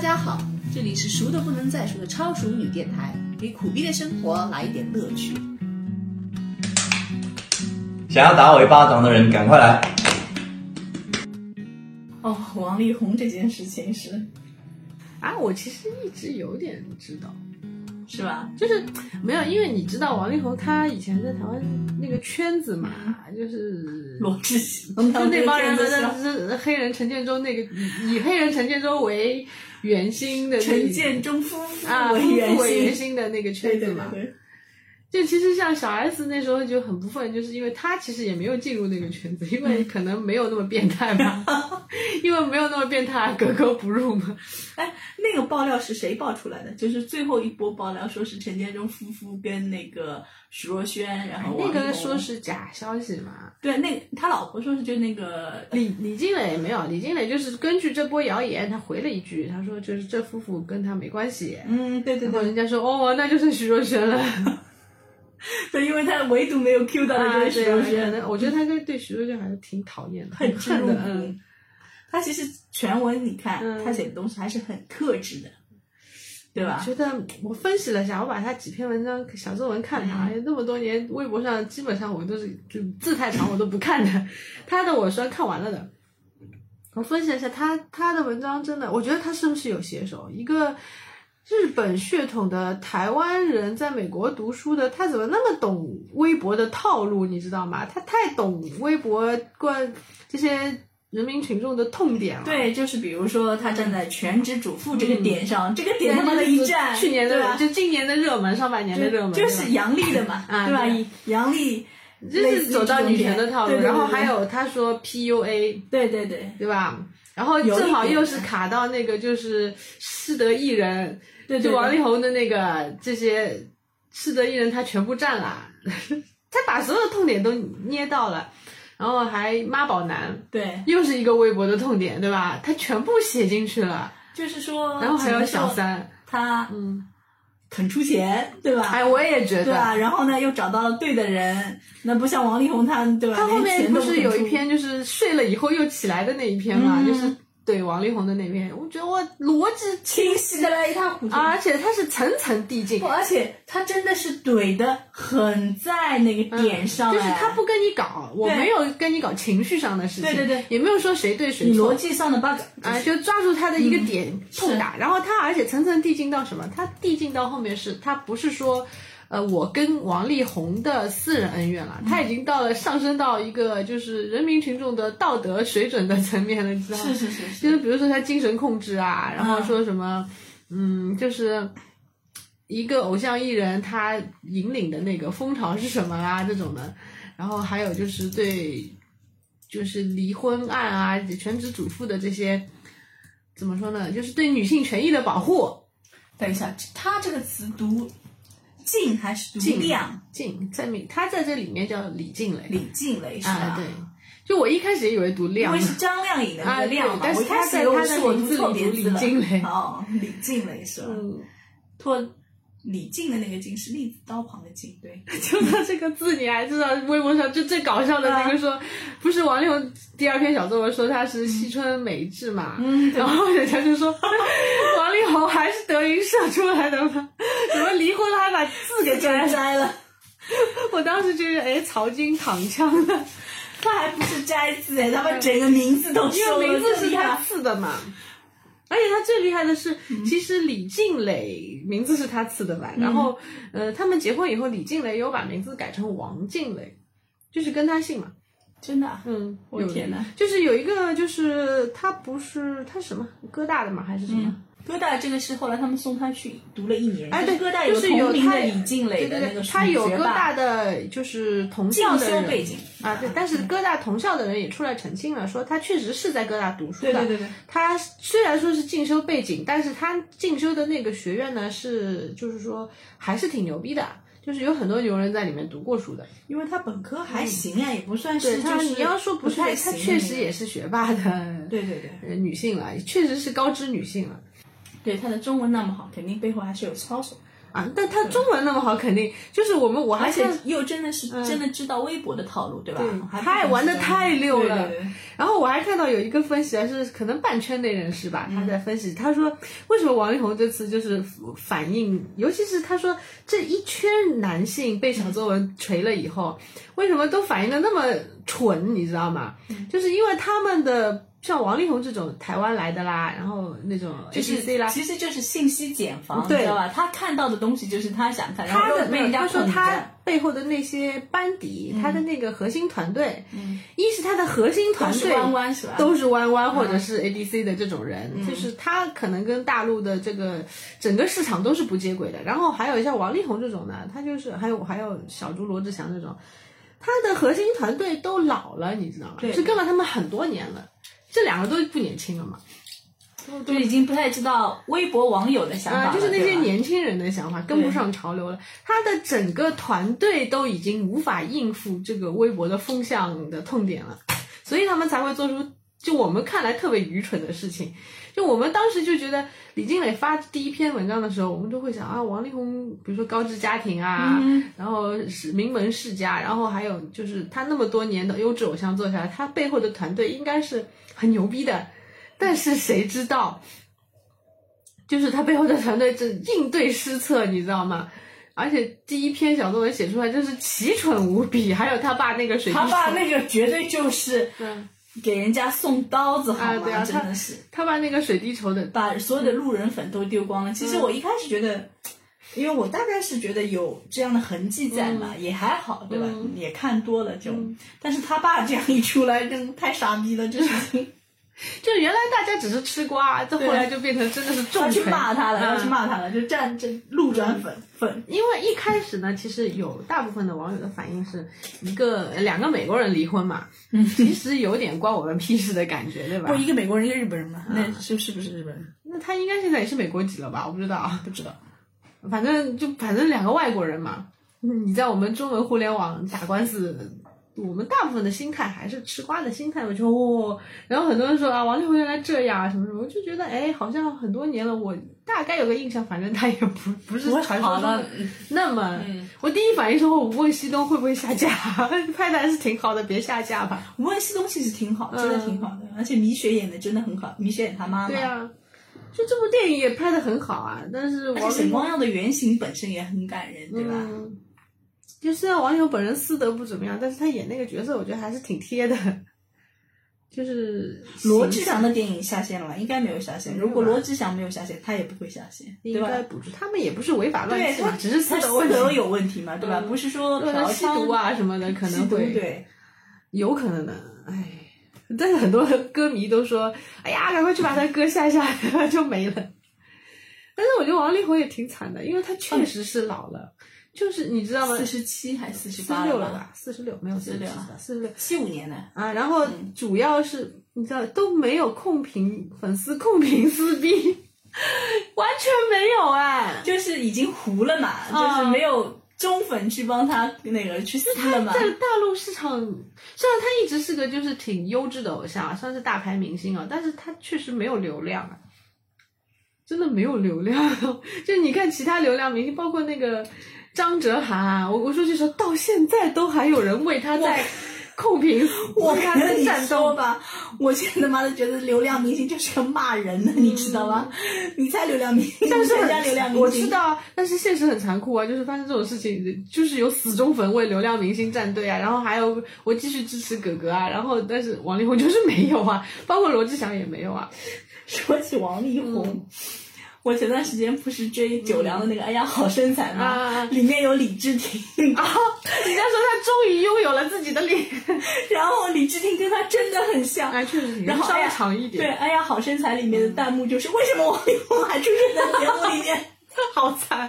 家好，这里是熟的不能再熟的超熟女电台，给苦逼的生活来一点乐趣。想要打我一巴掌的人，赶快来！哦，王力宏这件事情是啊，我其实一直有点知道，是吧？就是没有，因为你知道王力宏他以前在台湾那个圈子嘛，嗯 就是罗志祥，我们就那帮人真的那是黑人陈建州那个以以黑人陈建州为圆心的那陈建州夫妇啊为夫原妇为圆型，心的那个对圈子对嘛对，对，就其实像小 S 那时候就很不忿，就是因为她其实也没有进入那个圈子，因为嗯可能没有那么变态嘛， 因为没有那么变态，格格不入嘛。哎，那个爆料是谁爆出来的？就是最后一波爆料，说是陈建州夫妇跟那个徐若瑄，然后哎那王力个宏说是假消息嘛，对，那个他老婆说是就那个 李李金磊没有，李金磊就是根据这波谣言，他回了一句，他说就是这夫妇跟他没关系。嗯，对对然后对，人家说哦，那就是徐若瑄 了。对，因为他唯独没有 Q 到的啊就对是徐若啊瑄可，能我觉得他应该对徐若瑄还是挺讨厌的，恨很之恨入的。骨嗯，。他其实全文你看，嗯他写的东西还是很克制的，对吧？觉得我分析了一下，我把他几篇文章小作文看他，嗯那么多年微博上基本上我都是就字太长我都不看的， 他的我算看完了的。我分析了一下他他的文章，真的，我觉得他是不是有写手？一个日本血统的台湾人在美国读书的，他怎么那么懂微博的套路？你知道吗？他太懂微博关这些人民群众的痛点了。对，就是比如说他站在全职主妇这个嗯点上，这个点对，他妈的一站，去年对的吧？就今年的热门，上半年的热门，就对吧是杨笠的嘛，啊 对吧？对以杨笠就是走到女权的套路，对对对对然后还有他说 PUA，对对对对吧？然后有一正好点又是卡到那个就是适得艺人，对对就王对，力宏的那个这些适得艺人他全部占了， 他把所有的痛点都捏到了，然后还妈宝男对，又是一个微博的痛点，对吧？他全部写进去了，就是说，然后还有小只能说三，他嗯，肯出钱，对吧？哎，我也觉对得。吧？然后呢，又找到了对的人，那不像王力宏他，对吧？ 他后连面钱不都是肯有一出篇就是睡了以后又起来的那一篇嘛，嗯就是对王力宏的那篇，我觉得我逻辑清晰的来一塌糊涂啊，而且他是层层递进不，，而且他真的是怼的很在那个点上、嗯就是他哎不跟你搞，我对没有跟你搞情绪上的事情，对对对也没有说谁对谁你错逻。辑嗯上的 bug，啊，就抓住他的一个点痛打，然后他而且层层递进到什么？他递进到后面是，他不是说，呃，我跟王力宏的私人恩怨了，嗯他已经到了上升到一个就是人民群众的道德水准的层面了，你知道吗？是是是，就是是比如说他精神控制啊，然后嗯说什么，嗯，就是一个偶像艺人他引领的那个风潮是什么啊这种的，然后还有就是对，就是离婚案啊、全职主妇的这些，怎么说呢？就是对女性权益的保护。等一下，他这个词读进还是读进量？静在里，他在这里面叫李静蕾李静蕾是吧？啊，对，就我一开始以为读因亮为，是张靓颖的那啊个对亮嘛，但是我一开他始在以为他是的我名读字错里别读字李了。静蕾哦，李静蕾是吧？嗯，错，李静的那个静是立字刀旁的静，对。 就他这个字，你还知道微博上就最搞笑的那个说，嗯不是王力宏第二篇小作文说他是西村美智嘛，嗯对然后人家就说 王力宏还是德云社出来的吗？怎么离婚了还把字给摘了？摘了，我当时就是哎，曹金躺枪 的，他还不是摘字 哎，他把整个名字都因收为了，名字是厉害他。赐的嘛。而且他最厉害的是，嗯其实李静蕾名字是他赐的嘛。然后，呃，他们结婚以后，李静蕾有把名字改成王静蕾，就是跟他姓嘛。真的啊，嗯，我有天哪！就是有一个，就是他不是他什么哥大的吗？还是什么？嗯哥大这个是后来他们送他去读了一年，哎，对，哥大就有是同名他的李静蕾的对那对个对，他有学哥霸大的就是同进校的修人背景啊，对，但是哥大同校的人也出来澄清了，说他确实是在哥大读书的。对对对对，他虽然说是进修背景，但是他进修的那个学院呢，是就是说还是挺牛逼的，就是有很多牛人在里面读过书的。因为他本科还行啊，也不算对是他，就是你要说不不是，太他行确实那个也是学霸的。对对对呃女性了，确实是高知女性了。对，他的中文那么好，肯定背后还是有操守。啊，但他中文那么好，肯定就是我们我还而且看又真的是真的知道微博的套路，对吧？对还太玩得太溜了对对对然后我还看到有一个分析啊，是可能半圈内人士吧，他在分析，嗯他说为什么王力宏这次就是反应，尤其是他说这一圈男性被小作文锤了以后，为什么都反应的那么蠢，你知道吗？嗯就是因为他们的像王力宏这种台湾来的啦，然后那种就 APC 是啦。其实就是信息茧房，对知道吧？他看到的东西就是他想看，然他后的被人家他说控制他在。背后的那些班底，他的那个核心团队，嗯一是他的核心团都是队弯弯啊嗯是吧？都是弯弯或者是 ADC 的这种人，嗯就是他可能跟大陆的这个整个市场都是不接轨的。然后还有像王力宏这种呢，他就是还有还有小猪罗志祥这种，他的核心团队都老了，你知道吗？对是跟了他们很多年了，这两个都不年轻了嘛。就已经不太知道微博网友的想法啊、了，就是那对些吧年轻人的想法跟不上潮流了，他的整个团队都已经无法应付这个微博的风向的痛点了， 所以他们才会做出就我们看来特别愚蠢的事情。就我们当时就觉得李金磊发第一篇文章的时候，我们都会想啊，王力宏，比如说高知家庭啊，嗯然后是名门世家，然后还有就是他那么多年的优质偶像做下来，他背后的团队应该是很牛逼的，但是谁知道？就是他背后的团队这应对失策，你知道吗？而且第一篇小作文写出来就是奇蠢无比，还有他爸那个水滴他筹，爸那个绝对就是嗯给人家送刀子，好啊对吗？啊真的是他爸那个水滴筹的，把所有的路人粉都丢光了。嗯其实我一开始觉得，因为我大概是觉得有这样的痕迹在嘛，嗯也还好，对吧？也看多了就，但是他爸这样一出来，真的太傻逼了，这事 情。就原来大家只是吃瓜，这后来就变成真的是重他去拳骂他了，他去嗯骂他了，就站这路转粉粉。因为一开始呢，其实有大部分的网友的反应是一个两个美国人离婚嘛，嗯，其实有点关我们屁事的感觉，对吧不，？一个美国人，一个日本人嘛，那是是不是日本人？那他应该现在也是美国籍了吧？我不知道，不知道。反正就反正两个外国人嘛，嗯你在我们中文互联网打官司。我们大部分的心态还是吃瓜的心态，我就哦，然后很多人说啊，王力宏原来这样啊，什么什么，我就觉得哎，好像很多年了，我大概有个印象，反正他也不不是传说好中的了，那么，我第一反应说，我问西东会不会下架？ 拍的还是挺好的，别下架吧。吴文西东其实挺好，真的嗯挺好的，而且米雪演的真的很好，米雪演他妈妈。对啊，就这部电影也拍的很好啊，但是而且王力沈光宏，耀的原型本身也很感人，对吧？嗯，就虽然王力宏本人私德不怎么样，但是他演那个角色，我觉得还是挺贴的。就是罗志形祥的电影下线了吗？应该没有下线。没有吧如果罗志祥没有下线，他也不会下线，对应吧该？不是，他们也不是违法乱对纪他嘛，只是私他德问题。德有问题嘛，对吧？嗯不是说如果他嫖吸娼毒，啊什么的，可吸能毒会对。有可能的，哎，但是很多歌迷都说，哎呀，赶快去把他歌下下， 就没了。但是我觉得王力宏也挺惨的，因为他确实是老了，就是你知道吗四？十七还四十四八六了吧？吧？四十六没有四十46七，四十六七五年的，啊。然后主要是你知道都没有控评粉丝控评撕逼，完全没有哎。就是已经糊了嘛，嗯就是没有忠粉去帮他那个去撕了嘛在。大陆市场，虽然他一直是个就是挺优质的偶像啊，算是大牌明星啊，但是他确实没有流量啊，真的没有流量。 就你看其他流量明星，包括那个张哲瀚啊，我我说句实话，到现在都还有人为他在控评，我为他跟在你战说斗。吧，我现在他妈的觉得流量明星就是个骂人的，你知道吗？你才流量明星，嗯但是人家流量很，明星，我知道啊，但是现实很残酷啊，就是发生这种事情，就是有死忠粉为流量明星站队啊，然后还有我继续支持哥哥啊，然后但是王力宏就是没有啊，包括罗志祥也没有啊，说起王力宏，嗯我前段时间不是追九良的那个《哎呀好身材》吗？啊里面有李治廷，啊，人家说他终于拥有了自己的 脸，然后李治廷跟他真的很像。啊，确实挺然后稍微长一对，《点，哎呀好身材》里面的弹幕就是为什么王力宏还出现在节目里面？ 好惨。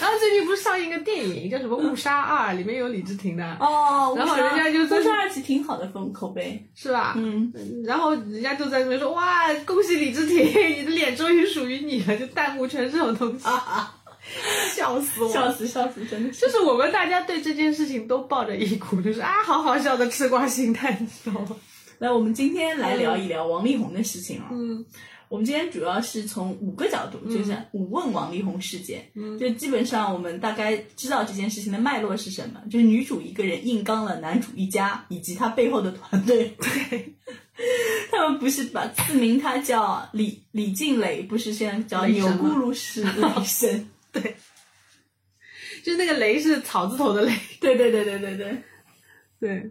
然后最近不是上映一个电影叫什么《误杀二》，里面有李治廷的，啊哦，然后人家就说真十二集挺好的风口碑，是吧？嗯，然后人家就在那边说：“哇，恭喜李治廷，你的脸终于属于你了。”就弹幕全是这种 东西，笑死我！笑死笑死，真的是就是我们大家对这件事情都抱着一股就是啊，好好笑的吃瓜心态，你知道吗？那我们今天来聊一聊王力宏的事情啊。嗯我们今天主要是从五个角度，就是五问王力宏事件。嗯就基本上我们大概知道这件事情的脉络是什么，就是女主一个人硬刚了男主一家以及他背后的团队。对，他们不是把赐名他叫李李静蕾，不是现在叫雷钮神吗钴禄氏雷神。对，就是那个雷是草字头的雷， 对对对对对对。对，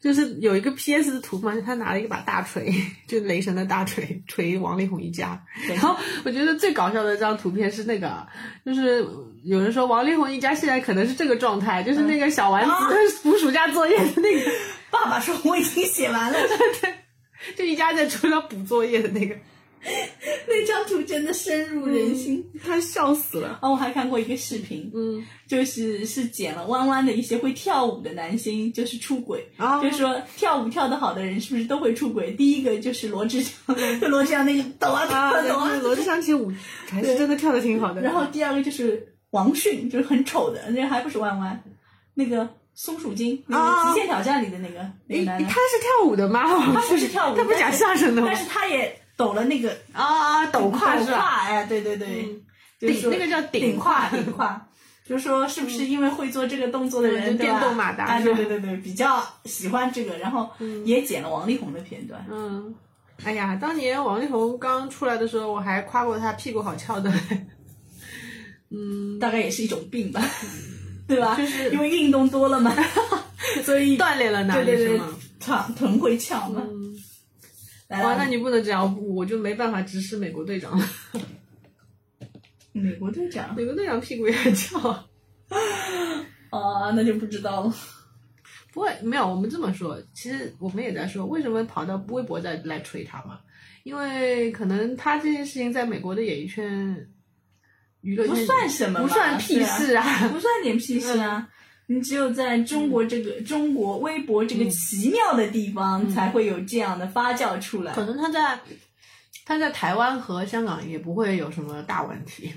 就是有一个 PS 的图嘛，他拿了一把大锤，就雷神的大锤锤王力宏一家。对然后我觉得最搞笑的一张图片是那个，就是有人说王力宏一家现在可能是这个状态，就是那个小丸啊子补暑假作业的那个，爸爸说我已经写完了，就一家在桌上补作业的那个， 那张图真的深入人心。嗯他笑死了。哦，我还看过一个视频，嗯，就是是捡了弯弯的一些会跳舞的男星，就是出轨。然后就是说跳舞跳得好的人是不是都会出轨？第一个就是罗志祥， 就罗志祥那个抖啊抖嗯啊，啊抖然后啊。罗志祥其实舞还是真的跳的挺好的。然后第二个就是王迅，就是很丑的，那还不是弯弯，那个松鼠精，那个啊《极限挑战》里的那个那个诶，诶男哎他的，是跳舞的吗？他不 是跳舞他不是讲但是相声的吗但？是他也抖了那个啊，抖胯抖是吧？胯，哎，对对对，嗯就是说顶那个叫顶顶胯，胯顶胯。就是说，是不是因为会做这个动作的嗯人，就对吧电动马达啊，是对吧对对对，比较喜欢这个，然后也剪了王力宏的片段。嗯，哎呀，当年王力宏刚出来的时候，我还夸过他屁股好翘的。 大概也是一种病吧， 对吧？嗯就是因为运动多了嘛， 所以锻炼了哪对里对是对嗯吗？，嗯臀臀会翘嘛。来哇，那来，你不能这样，我就没办法直视美国队长了。 美国队长，美国队长屁股也很翘。 啊，那就不知道了。不过没有，我们这么说，其实我们也在说，为什么跑到微博再来锤他嘛？因为可能他这件事情在美国的演艺圈、娱乐圈不算什么吧不算屁事啊。不算点屁事啊。你只有在中国这个、中国微博这个奇妙的地方，才会有这样的发酵出来。 可能他在他在台湾和香港也不会有什么大问题。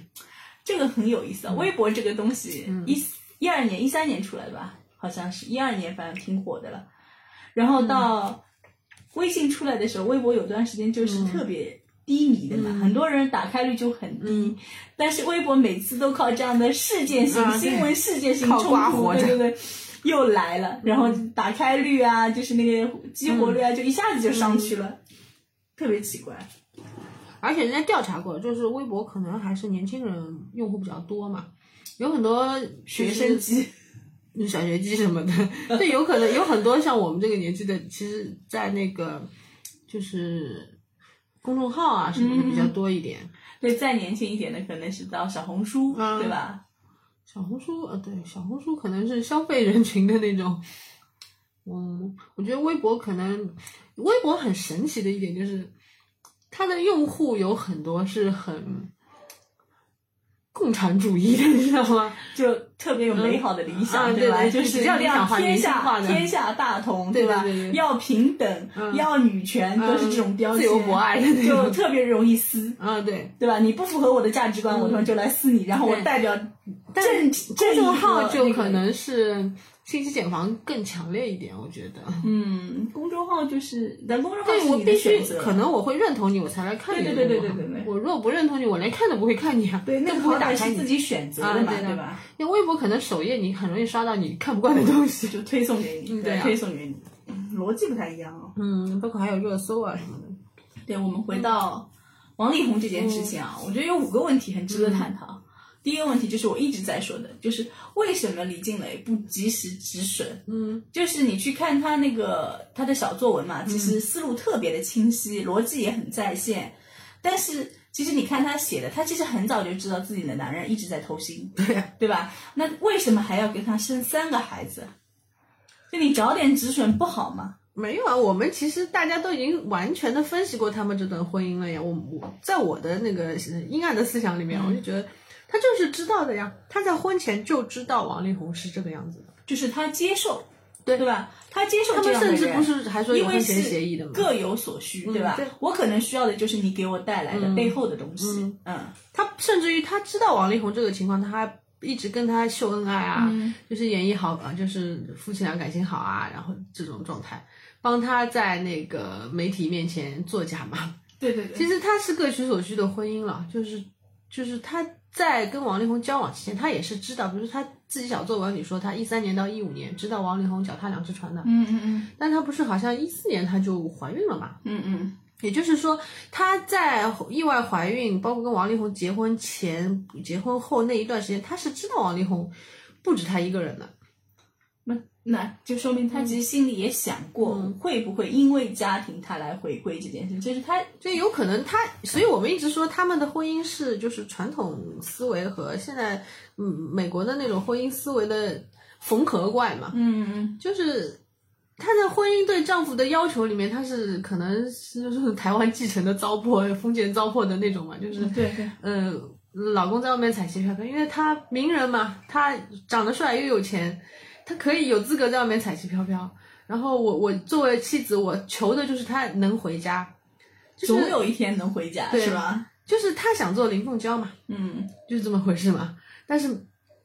这个很有意嗯思啊。微博这个东西，一一二年、一三年出来的吧，好像是一二年，反正挺火的了。然嗯后到微信出来的时候，微博有段时间就是嗯特别低迷的嘛，很多人打开率就很低。嗯但是微博每次都靠这样的事件性、啊对新闻事件性靠冲刮突，活着对对对。又来嗯了，然后打开率啊，就是那个激活率啊，就一下子就上去了，嗯特别奇怪。而且人家调查过，就是微博可能还是年轻人用户比较多嘛，有很多学生机、机，小学鸡什 么的，对，有可能有很多像我们这个年纪的，其实，在那个就是公众号啊嗯什么的比较多一点。对，再年轻一点的可能是到小红书，嗯对吧？小红书呃，对，小红书可能是消费人群的那种。嗯，我觉得微博可能，微博很神奇的一点就是，它的用户有很多是很共产主义的，你知道吗？就特别有美好的理想，嗯啊对吧？对对就对是比较理想化天理想下化的天下大同，对吧对对？对要平等，嗯要女权，嗯都是这种标签，自由博爱的那就种特别容易撕。啊，对，对吧？你不符合我的价值观，我他妈就来撕你，然后我嗯对代表但正公正义众和号就那个可能是信息茧房更强烈一点，我觉得。嗯，公众号就是，但公众号对，是我你的必须选择，可能我会认同你，我才来看你对的公众对号。对对对对对我若不认同你，我连看都不会看你啊，对那更个不会号打码开是你自。己选择的啊嘛，对的对吧？因为微博可能首页你很容易刷到你看不惯的东西。就推送给你，嗯对啊推送给你，嗯逻辑不太一样哦。嗯，包括还有热搜啊什么的。对，我们嗯回到王力宏这件事情啊，我觉得有五个问题很嗯值得探讨。第一个问题就是我一直在说的，就是为什么李静蕾不及时止损？嗯，就是你去看他那个他的小作文嘛，其实思路特别的清晰，逻辑也很在线，但是。其实你看他写的，他其实很早就知道自己的男人一直在偷腥，对吧？那为什么还要给他生三个孩子？就你早点止损不好吗？没有啊，我们其实大家都已经完全的分析过他们这段婚姻了呀。我我在我的那个阴暗的思想里面，我就觉得他就是知道的呀，他在婚前就知道王力宏是这个样子的。就是他接受，对对吧？他接受他这们样的甚人，至不是还说有因为婚前是协议的吗？嗯各有所需，对吧对我可能需要的就是你给我带来的背后的东西，嗯，他甚至于他知道王力宏这个情况，他还一直跟他嗯嗯呃秀恩爱啊，就是演绎好啊，就是夫妻俩感情好啊，然后这种状态。帮他在那个媒体面前作假嘛。对对对，其实他是各取所需的婚姻了，就是就是他在跟王力宏交往之前，他也是知道，比如说他自己小作文里说，他一三年到一五年知道王力宏脚踏两只船的，嗯嗯嗯但他不是好像一四年他就怀孕了嘛？嗯嗯，也就是说，她在意外怀孕，包括跟王力宏结婚前、结婚后那一段时间，她是知道王力宏不止她一个人的。那那就说明他其实心里也想过，嗯会不会因为家庭他来回归这件事，就是他就有可能他，所以我们一直说他们的婚姻是就是传统思维和现在嗯美国的那种婚姻思维的缝合怪嘛，嗯嗯就是她在婚姻对丈夫的要求里面，她是可能是就是 台湾继承的糟粕、封建糟粕的那种嘛，就是嗯，对对，呃，老公在外面踩斜漂漂，因为他名人嘛，他长得帅又有钱，他可以有资格在外面踩斜漂漂。然后我我作为妻子，我求的就是他能回家，就是总有一天能回家，对是吧？就是他想做林凤娇嘛，嗯，就是这么回事嘛。但是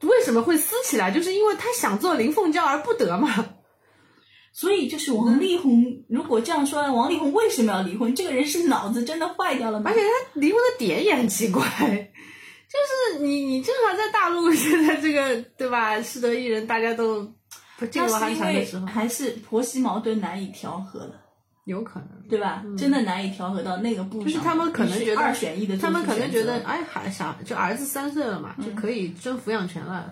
为什么会撕起来，就是因为他想做林凤娇而不得嘛。所以就是王力嗯宏，如果这样说，王力宏为什么要离婚？这个人是脑子真的坏掉了吗？而且他离婚的点也很奇怪，就是你你正好在大陆 现在这个对吧，是得艺人大家都不进那入是寒因蝉的为时候，还是婆媳矛盾难以调和了。有可能。对吧？真的难以调和到那个步上。嗯就是他们可能觉得二选一嗯的，他们可能觉得，，哎，孩小就儿子三岁了嘛，就可以争抚养权了，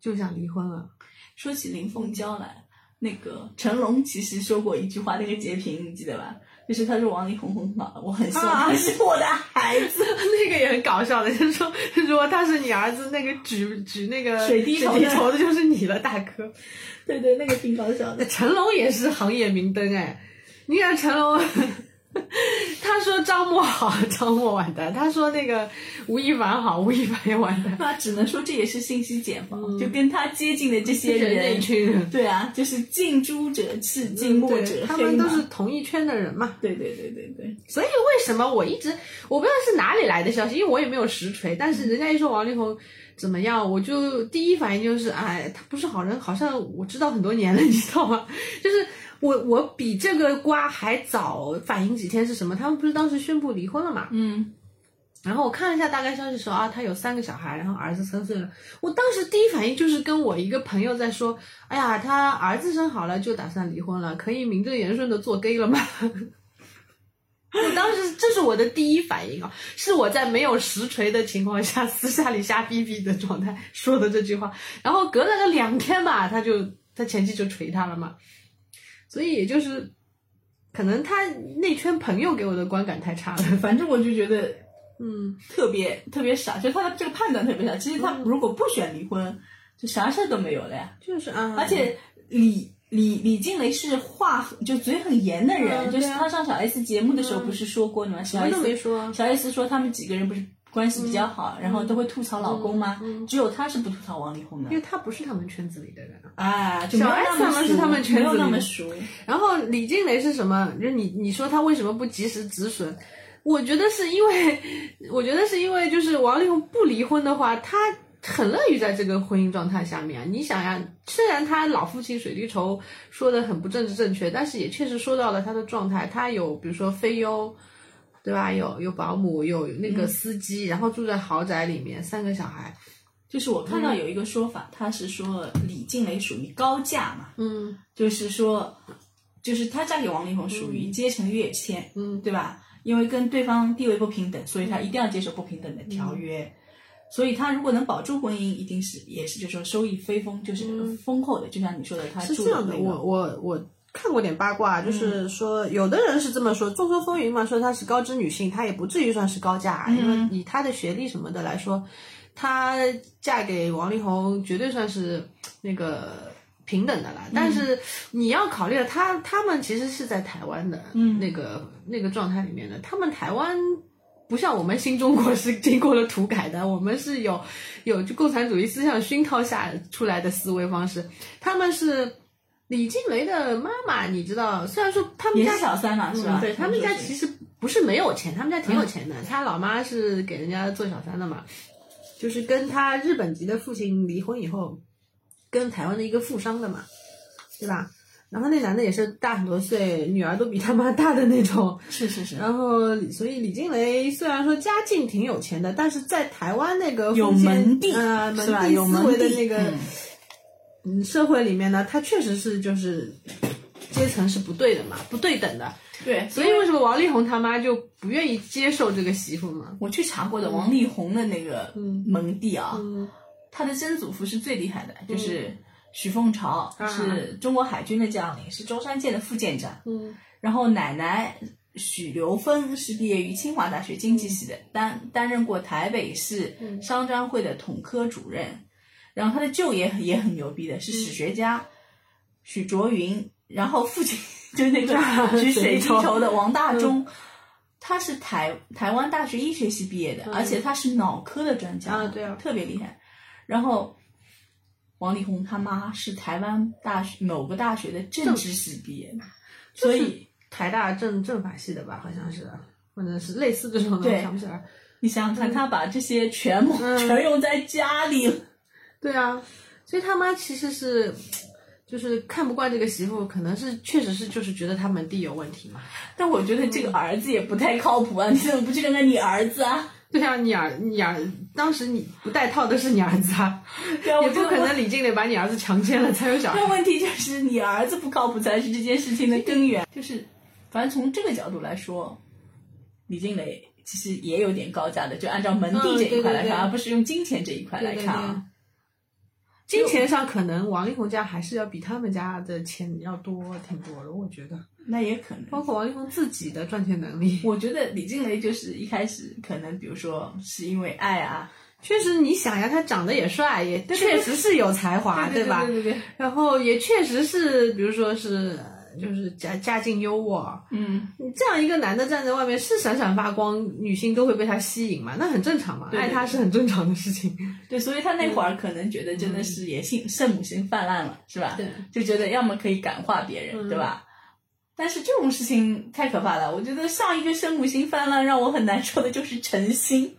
就想离婚了。说起林凤娇来，那个成龙其实说过一句话，那个截屏你记得吧？就是他说王力宏很好，我很希望啊他是我的孩子。 那个也很搞笑的，就是说，如果他是你儿子，那个举举那个水滴筹的筹的就是你了，大哥。 对对，那个挺搞笑的。成龙也是行业明灯哎，你看成龙。 他说张默好，张默完蛋；他说那个吴亦凡好，吴亦凡也完蛋。那只能说这也是信息茧房，就跟他接近 的这些嗯就是那一人，群人，对啊，就是近朱者赤，近墨嗯对者黑嘛。他们都是同一圈的人嘛。对对对对对，所以为什么我一直我不知道是哪里来的消息，因为我也没有实锤。但是人家一说王力宏怎么样，我就第一反应就是，哎，他不是好人，好像我知道很多年了，你知道吗？ 就是我我比这个瓜还早反应几天是什么？他们不是当时宣布离婚了嘛？嗯，然后我看了一下大概消息说啊，他有三个小孩，然后儿子三岁了。我当时第一反应就是跟我一个朋友在说，哎呀，他儿子生好了就打算离婚了，可以名正言顺的做 gay 了吗？ 我当时这是我的第一反应啊，是我在没有实锤的情况下私下里瞎逼逼的状态说的这句话。然后隔了个两天吧，他就他前妻就锤他了嘛，所以也就是可能他那圈朋友给我的观感太差了，反正我就觉得嗯。特别特别傻，就是他的这个判断特别傻。其实他如果不选离婚，就啥事儿都没有了呀。就是啊，而且李李李静蕾是话很就嘴很严的人，嗯就是对啊嗯他上小 S 节目的时候不是说过呢吗？什小么都没 S 说啊，嗯小 S 说他们几个人不是关系比较好，然后都会吐槽老公吗？嗯嗯只有她是不吐槽王力宏的因为他不是他们圈子里的人啊。啊，就没有那小 S 么他们熟是他们圈子没里有那么熟，然后李静蕾是什么？就是你你说她为什么不及时止损？我觉得是因为， 我觉得是因为就是王力宏不离婚的话，他很乐于在这个婚姻状态下面啊。你想呀，虽然他老父亲水滴筹说的很不政治正确，但是也确实说到了他的状态。他有比如说菲佣，对吧？有有保姆，有那个司机，然后住在豪宅里面，三个小孩。就是我嗯看到有一个说法，他是说李静蕾属于高价嘛，嗯就是说，就是她嫁给王力宏属于阶层跃迁，嗯，对吧？因为跟对方地位不平等，所以她一定要接受不平等的嗯条约。所以她如果能保住婚姻，一定是也是就是说收益非丰，就是丰厚的。就像你说的，她嗯是住这了样的，那我个，嗯我我看过点八卦，就是说、有的人是这么说，众说纷纭嘛，说她是高知女性，她也不至于算是高价，嗯因为以她的学历什么的来说，她嫁给王力宏绝对算是那个。平等的啦，嗯但是你要考虑了，他他们其实是在台湾的那个、那个状态里面的，他们台湾不像我们新中国是经过了土改的，我们是有有就共产主义思想熏陶下出来的思维方式。他们是李静蕾的妈妈，你知道，虽然说他们也家是小三嘛，啊是吧？嗯嗯对他们家其实实不是没有钱，他们家挺有钱的。他老妈是给人家做小三的嘛，就是跟他日本籍的父亲离婚以后，跟台湾的一个富商的嘛，对吧？然后那男的也是大很多岁，女儿都比他妈大的那种。是是是，然后李，所以李静蕾虽然说家境挺有钱的，但是在台湾那个有封建门第呃门是吧？第有思门维的第那个嗯嗯社会里面呢，他确实是就是阶层是不对的嘛，不对等的。对，所以为什么王力宏他妈就不愿意接受这个媳妇嘛？我去查过的，王力宏的那个嗯门第啊，他的曾祖父是最厉害的，就是许凤朝，嗯啊是中国海军的将领，是舟山舰的副舰长。嗯然后奶奶许留芬是毕业于清华大学经济系的，担担任过台北市商专会的统科主任。然后他的舅爷很也很牛逼的，是史学家、许卓云。然后父亲 就是那个举啊水水晶晶球嗯的王大中，他是台台湾大学医学系毕业的，而且他是脑科的专家啊对啊特别厉害。然后。王力宏他妈是台湾大学某个大学的政治系毕业的，所就以是台大政政法系的吧，好像是，或者是类似这种的，对我想不起来。你想想看，他把这些全部、嗯全用在家里了，对啊，所以他妈其实是。就是看不惯这个媳妇，可能是确实是就是觉得他门第有问题嘛。但我觉得这嗯个儿子也不太靠谱啊！你怎么不去看看你儿子啊？对啊，你儿你儿当时你不带套的是你儿子啊，对啊，我也不就可问。能李静蕾把你儿子强奸了才有小孩但。问题就是你儿子不靠谱才是这件事情的根源。就是，反正从这个角度来说，李静蕾其实也有点高价的，就按照门第嗯这一块来对对看，对而不是用金钱这一块来看啊。对对对金钱上可能王力宏家还是要比他们家的钱要多挺多的，我觉得，那也可能，包括王力宏自己的赚钱能力。我觉得李静蕾就是一开始可能，比如说是因为爱啊，确实，你想呀，他长得也帅，也对对确实是有才华，对吧？对对对，然后也确实是，比如说是。就是家家境优渥，嗯。你这样一个男的站在外面是闪闪发光，女性都会被他吸引嘛，那很正常嘛，对对爱他是很正常的事情。对，所以他那嗯会儿可能觉得真的是也性圣母心泛滥了，是吧？对，就觉得要么可以感化别人，嗯对吧？但是这种事情太可怕了，我觉得上一个圣母心泛滥让我很难受的就是陈星，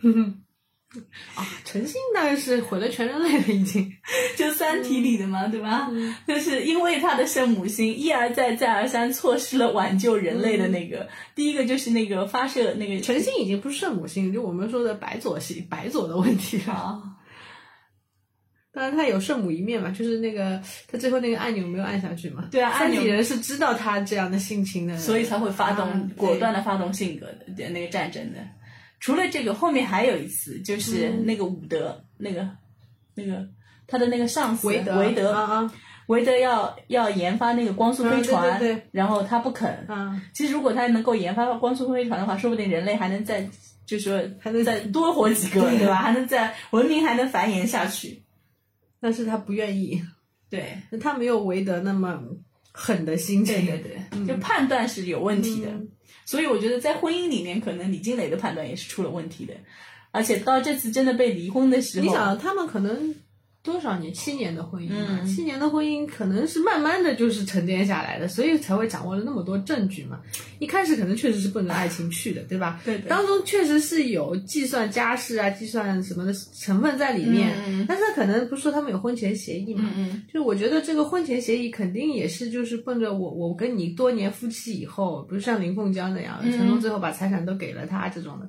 啊，陈星大概是毁了全人类了已经。就《三体》里的嘛，对吧？嗯就是因为他的圣母心一而再再而三错失了挽救人类嗯的那个，第一个就是那个发射那个陈星已经不是圣母心，就我们说的白左系 白左的问题了。啊，当然，他有圣母一面嘛，就是那个他最后那个按钮没有按下去嘛。对啊按三钮体人是知道他这样的性情的，所以才会发动、啊果断的发动性格的那个战争的。除了这个，后面还有一次，就是嗯那个伍德，那个那个他的那个上司对韦德韦德，啊啊韦德要要研发那个光速飞船，嗯对对对然后他不肯。啊，其实如果他能够研发光速飞船的话，说不定人类还能再就是说还能再多活几个，对对吧？还能再文明还能繁衍下去。但是他不愿意，对，他没有韦德那么狠的心情。对对对，就判断是有问题的。所以我觉得在婚姻里面，可能李金磊的判断也是出了问题的。而且到这次真的被离婚的时候，你想，他们可能多少年？七年的婚姻嘛，嗯七年的婚姻可能是慢慢的就是沉淀下来的，所以才会掌握了那么多证据嘛。一开始可能确实是奔着爱情去的，对吧？对的当中确实是有计算家事啊、计算什么的成分在里面，嗯嗯但是可能不是说他们有婚前协议嘛。嗯，就我觉得这个婚前协议肯定也是，就是奔着我我跟你多年夫妻以后，比如像林凤娇那样，嗯成龙最后把财产都给了他这种的，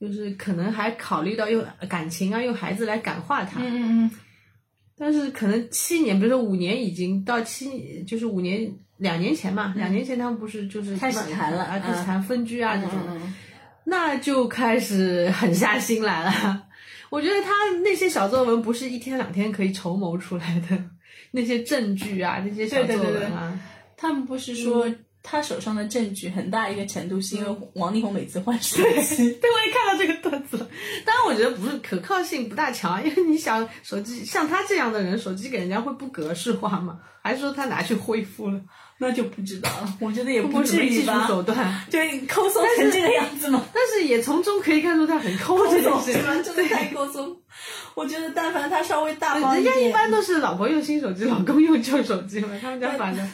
就是可能还考虑到用感情啊，用孩子来感化他。嗯嗯但是可能七年，比如说五年已经到七，就是五年两年前嘛，两年前他们不是就是开始谈了啊，嗯开始谈分居啊这种的，嗯，那就开始狠下心来了。我觉得他那些小作文不是一天两天可以筹谋出来的，那些证据啊，那些小作对对对文啊，对他们不是说。他手上的证据很大一个程度是因为王力宏每次换手机，对，我也看到这个段子了。当然，我觉得不是可靠性不大强，因为你想手机像他这样的人，手机给人家会不格式化吗？还是说他拿去恢复了？那就不知道了。我觉得也通不过什至么于技术吧，手段？对，抠搜成这个样子吗？但是也从中可以看出他很抠这抠件搜事是吧？情。真的太抠搜。我觉得但凡他稍微大方人一点，家一般都是老婆用新手机，老公用旧手机嘛，他们家反正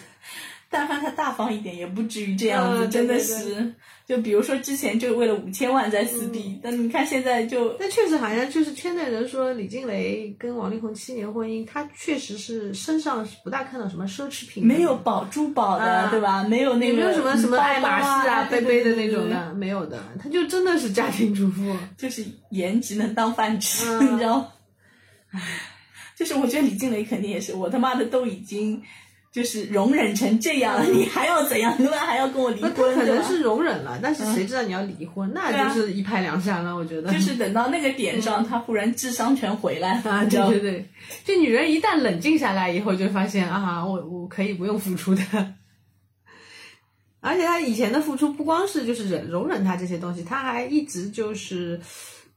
但凡他大方一点，也不至于这样子，嗯对真的对嗯是。就比如说之前就为了五千万在撕逼，但你看现在就但确实好像就是圈内人说李静蕾跟王力宏七年婚姻，她确实是身上是不大看到什么奢侈品，没有宝珠宝的，啊对吧？没有那也个没有什么什么包包爱马仕啊、贝对贝的对那对种对的，没有的，她就真的是家庭主妇。就是颜值能当饭吃，嗯 你知道吗？就是我觉得李静蕾肯定也是，我他妈的都已经就是容忍成这样了，你还要怎样？对吧？还要跟我离那婚？她嗯对可能吧嗯是容忍了，但是谁知道你要离婚，对啊那就是一拍两散了。我觉得就是等到那个点上，他忽然智商全回来了，嗯 啊，你知对道吗对？对，就女人一旦冷静下来以后，就发现啊，我我可以不用付出的。 而且她以前的付出不光是就是忍容忍她这些东西，她还一直就是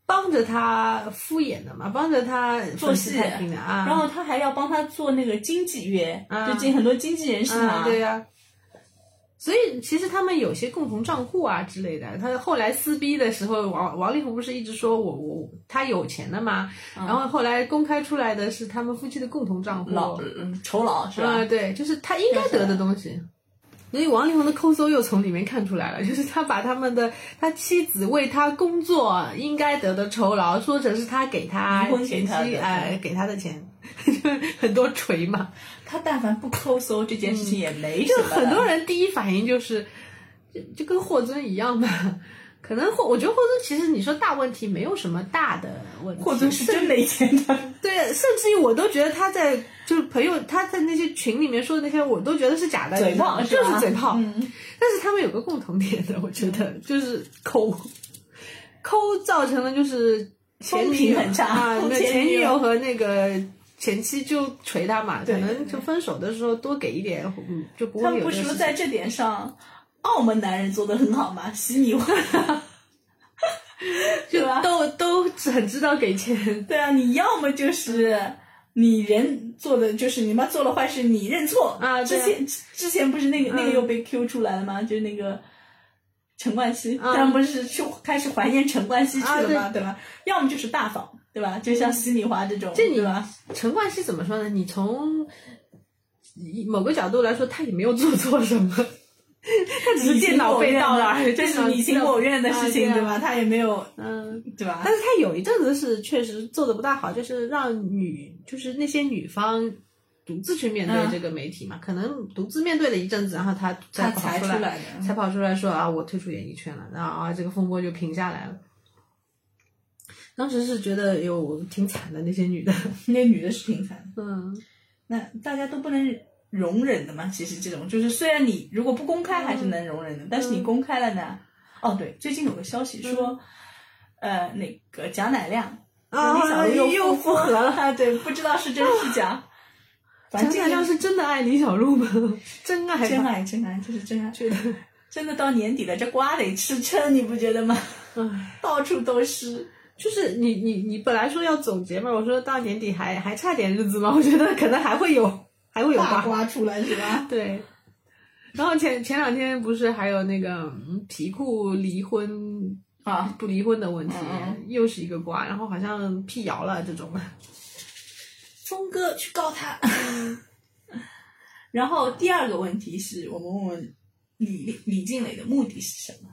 帮着她敷衍的嘛，帮着她做粉丝戏太平的啊，然后他还要帮他做那个经纪约，啊最近很多经纪人是啊，他，对呀、所以其实他们有些共同账户啊之类的。他后来撕逼的时候，王王力宏不是一直说我我他有钱的嘛，嗯然后后来公开出来的是他们夫妻的共同账户，老嗯酬劳是啊、吧？对，就是他应该得的东西。所以王力宏的抠搜又从里面看出来了，就是他把他们的他妻子为他工作应该得的酬劳，说成是他给他离婚给前他的妻哎给他的钱， 很多 锤嘛。他但凡不抠搜，这件事情也没就什么的。很多人第一反应就是，就就跟霍尊一样嘛。可能霍，我觉得霍尊其实你说大问题没有什么大的问题，霍尊是真没钱 的。对，甚至于我都觉得他在就是朋友他在那些群里面说的那些，我都觉得是假的，嘴炮就是吧是嘴炮。嗯但是他们有个共同点的，我觉 得就是抠，抠造成了就是前女风评友很差 啊，没有前前女友女友和那个前妻就锤他嘛，可对能就分手的时候多给一点，嗯，就不他会们有不这是个说事在这点上，澳门男人做的很好吗？洗米花，情对啊吧就都都很知道给钱，对啊，你要么就是你人做的，就是你妈做了坏事，你认错啊对之啊前之之前不是那个、那个嗯又被 Q 出来了吗？就是那个陈冠希，嗯他们不是去开始怀念陈冠希去了吗？啊对吧？要么就是大方，对吧？就像洗米花这种，这 你对啊吧？陈冠希怎么说呢？你从某个角度来说，他也没有做错什么， 他只是你电脑被盗了而已，这是电脑你情我愿的事情，啊对对啊吧？他也没有，嗯。对吧？但是他有一阵子是确实做的不大好，就是让女，就是那些女方独自去面对嗯这个媒体嘛，可能独自面对了一阵子，然后他他再才跑出来，来的才跑出来说啊，我退出演艺圈了，然后啊，这个风波就平下来了。当时是觉得有挺惨的那些女的，那女的是挺惨的。嗯，那大家都不能容忍的嘛。其实这种就是，虽然你如果不公开嗯还是能容忍的，但是你公开了呢？哦，对，最近有个消息说，呃，那个贾乃亮和李小璐嗯啊又复复 合了。啊，对，不知道是真是 假。反正陈这乃个亮是真的爱李小璐吗？ 真爱吧，真爱，真爱，这是真爱。觉得， 真的到年底了，这瓜得吃撑，你不觉得吗？唉。 到处都是。就是你你你本来说要总结嘛，我说到年底还还差点日子嘛，我觉得可能还会有，还 会有大吧。瓜出来是 吧？对。然后前前两天不是还有那个嗯皮裤离婚啊，不离婚的问题，嗯又是一个瓜，然后好像辟谣了这种。峰哥去告他。 然后第二个问题是我们问问李李静蕾的目的是什么？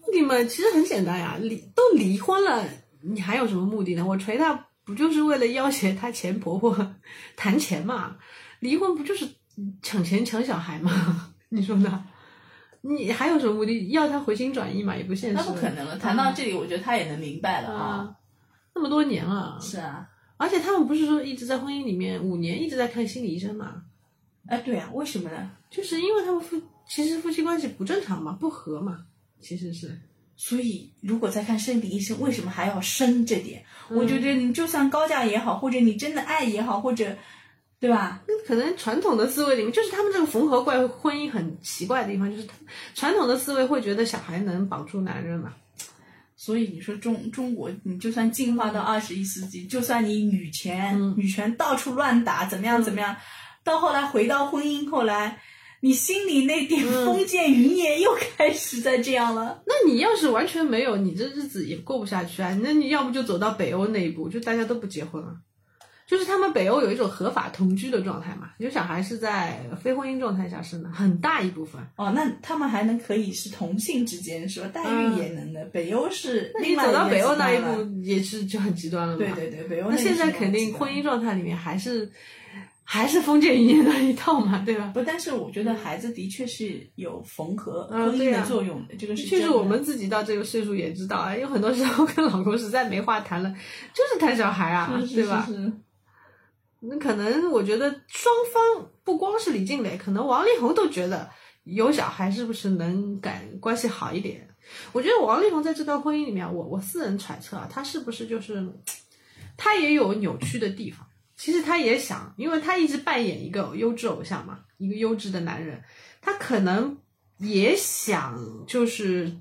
目的嘛，其实很简单呀，离都离婚了，你还有什么目的呢？我锤他不就是为了要挟他前婆婆谈钱嘛？离婚不就是抢钱抢小孩吗？ 你说呢？你还有什么目的？要他回心转意嘛？也不现实。那不可能了。谈到这里，我觉得他也能明白了啊。啊！那么多年了，是啊，而且他们不是说一直在婚姻里面五年一直在看心理医生嘛？哎，对啊，为什么呢？就是因为他们夫其实夫妻关系不正常嘛，不和嘛，其实是。所以，如果再看生理医生，为什么还要生这点？我觉得你就算高价也好，或者你真的爱也好，或者，对吧？可能传统的思维里面，就是他们这个缝合怪婚姻很奇怪的地方，就是他传统的思维会觉得小孩能绑住男人嘛，所以你说中中国，你就算进化到二十一世纪，就算你女权、嗯女权到处乱打，怎么样怎么样，到后来回到婚姻，后来你心里那点嗯封建余孽又开始在这样了。那你要是完全没有，你这日子也过不下去啊。那你要不就走到北欧那一步，就大家都不结婚了。就是他们北欧有一种合法同居的状态嘛，有小孩是在非婚姻状态下生的，很大一部分。哦，那他们还能可以是同性之间是吧？代孕也能的，北欧是嗯那你另外走到个北欧极那端一了，步也是就很极端了嘛。对对对，北欧那个现在是肯极定端婚姻状态里面还是还是封建余孽那一套嘛，对吧？不，但是我觉得孩子的确是有缝合嗯婚姻对的呀作用的，这个是确真实，的我们自己到这个岁数也知道啊，有很多时候跟老公实在没话谈了，就是谈小孩啊，是是对吧？是是那可能我觉得双方不光是李静蕾，可能王力宏都觉得有小孩是不是能感关系好一点？我觉得王力宏在这段婚姻里面，我我私人揣测啊，他是不是就是他也有扭曲的地方？其实他也想，因为他一直扮演一个优质偶像嘛，一个优质的男人，他可能也想就是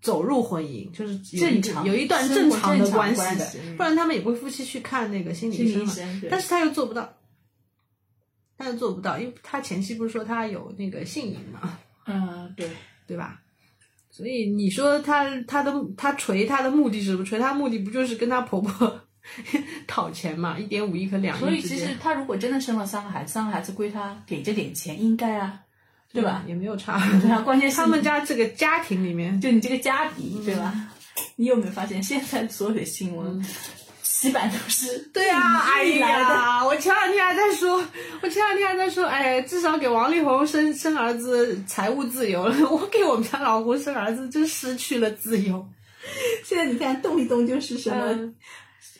走入婚姻，就是有一正常有一段生正活常正的常关系关的系，嗯不然他们也不会夫妻去看那个心理心医理生医嘛。生，对但是他又做不到，他又做不到，因为他前期不是说他有那个性瘾嘛，嗯对，对吧？所以你说他他的他锤他的目的是什么？锤他的目的不就是跟他婆婆 讨钱嘛？一点五亿和两所亿以之其间，实他如果真的生了三个孩子，三个孩子归他给这点钱应该啊，对吧？也没有差。对啊，关键是他们家这个家庭里面，就你这个家嗯底，对吧？你有没有发现现在所有的新闻洗版都是嗯对啊，哎引进来的？呀，我前两天还在说，我前两天还在说，哎，至少给王力宏生生儿子财务自由了， 我给我们家老胡生儿子就失去了自由。现在你看动一动就是什么嗯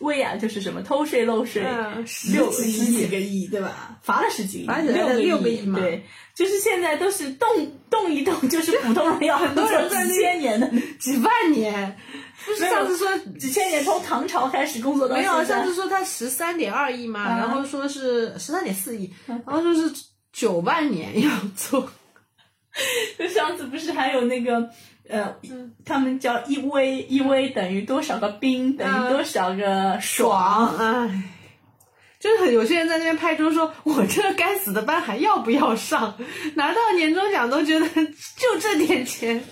薇娅，就是什么偷税漏税，嗯十六十几亿几个亿，对吧？罚了十几个罚亿，起来个六个亿亿嘛对，就是现在都是动动一动就是普通人要很多人在那几千年的，几万年，不是没有上次说几千年从唐朝开始工作到没有？啊现在上次说他十三点二亿嘛，啊然后说是十三点四亿，嗯然后说是九万年要做，就 上次不是还有那个呃，嗯他们叫一微一微等于多少个冰等于多少个爽，嗯爽哎。就是很有些人在那边拍桌说：“我这该死的班还要不要上？拿到年终奖都觉得就这点钱。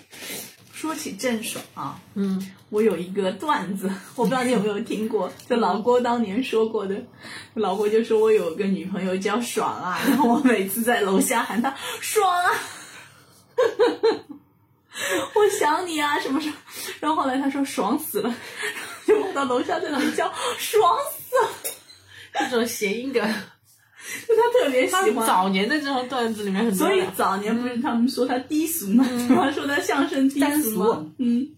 说起郑爽啊，”嗯，我有一个段子， 我不知道你有没有听过，就老郭当年说过的。老郭就说我有个女朋友叫爽 啊，然后我每次在楼下喊她爽啊， 我想你啊什么什么，然后后来他说爽死了，就跑到楼下在那里叫爽死了，这种谐音梗，就他特别喜 他欢。早年的这种段子里面很多所以的早年不是他们说他低俗嘛，对吧？说他相声低单俗嘛嗯俗，嗯。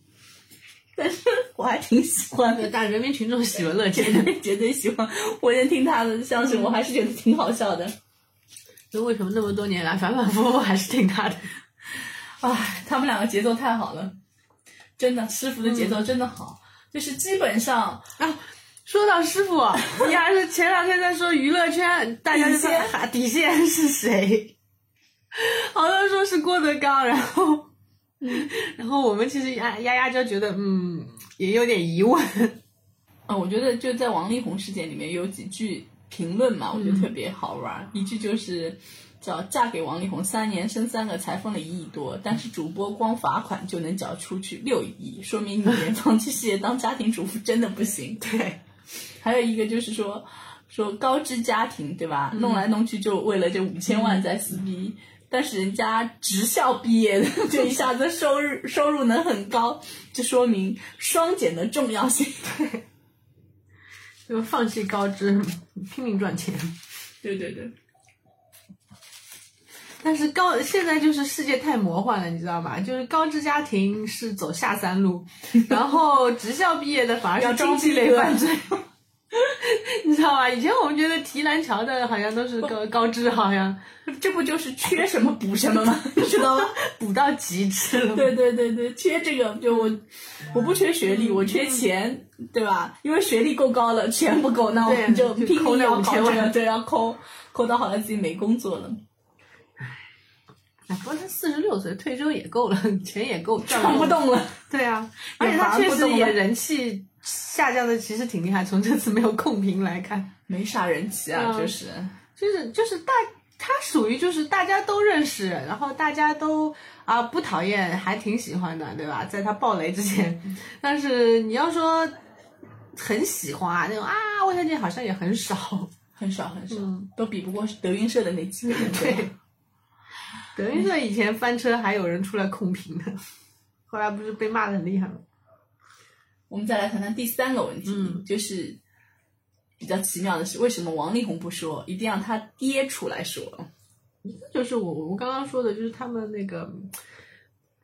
但是我还挺喜欢的，但人民群众喜闻乐见。 绝对绝对喜欢。我也听他的相声，我还是觉得挺好笑的。所以为什么那么多年来反反复复还是听他的？唉，他们两个节奏太好了，真的，师傅的节奏真的好，就是基本上啊，说到师 傅，你还是前两天在说娱乐圈，大家就在喊底线是谁？好多人说是郭德纲，然后，然后我们其实丫丫丫就觉得，嗯，也有点疑问。啊，我觉得就在王力宏事件里面有几句评论嘛，我觉得特别好玩儿。一句就是叫“嫁给王力宏三年生三个才分了一亿多，但是主播光罚款就能缴出去六亿，说明女人放弃事业当家庭主妇真的不行。”对， 还有一个就是说说高知家庭对吧，弄来弄去就为了这五千万在撕逼。但是人家职校毕业的，就一下子收入收入能很高，这说明双减的重要性。 就放弃高知，拼命赚钱。对对对，但是高现在就是世界太魔幻了，你知道吗？就是高知家庭是走下三 路，然后职校毕业的反而要是装经济逼类哥犯罪， 你知道吗？以前我们觉得提篮桥的好像都是高高知，好像这不就是缺什么补什么吗？你知道吗？ 补到极致 了。对对对对，缺这个就我，我不缺学历，我缺钱，对吧？因为学历够高了，钱不够，那我们对就就拼抠命那要搞5000这个，万对，要抠，抠到好像自己没工作了，哎，不过他四十六岁退休也够了，钱也够赚扛够不了。动了。对啊，也而且他玩不确实动也了人气下降的其实挺厉害，从这次没有控评来看。没啥人气啊，嗯就是就是就是大，他属于就是大家都认识，然后大家都啊不讨嗯 厌，还挺喜欢的，对吧？在他爆雷之前，但是你要说很喜欢啊，那种啊，外向点好像也很少。很少很少，嗯都比不过德云社的那几个人。对吧，德云社以前翻车还有人出来控评的，后来不是被骂的很厉害吗？我们再来谈谈第三个问题，嗯就是比较奇妙的是，为什么王力宏不说，一定让他爹出来说？就是我我刚刚说的，就是他们那个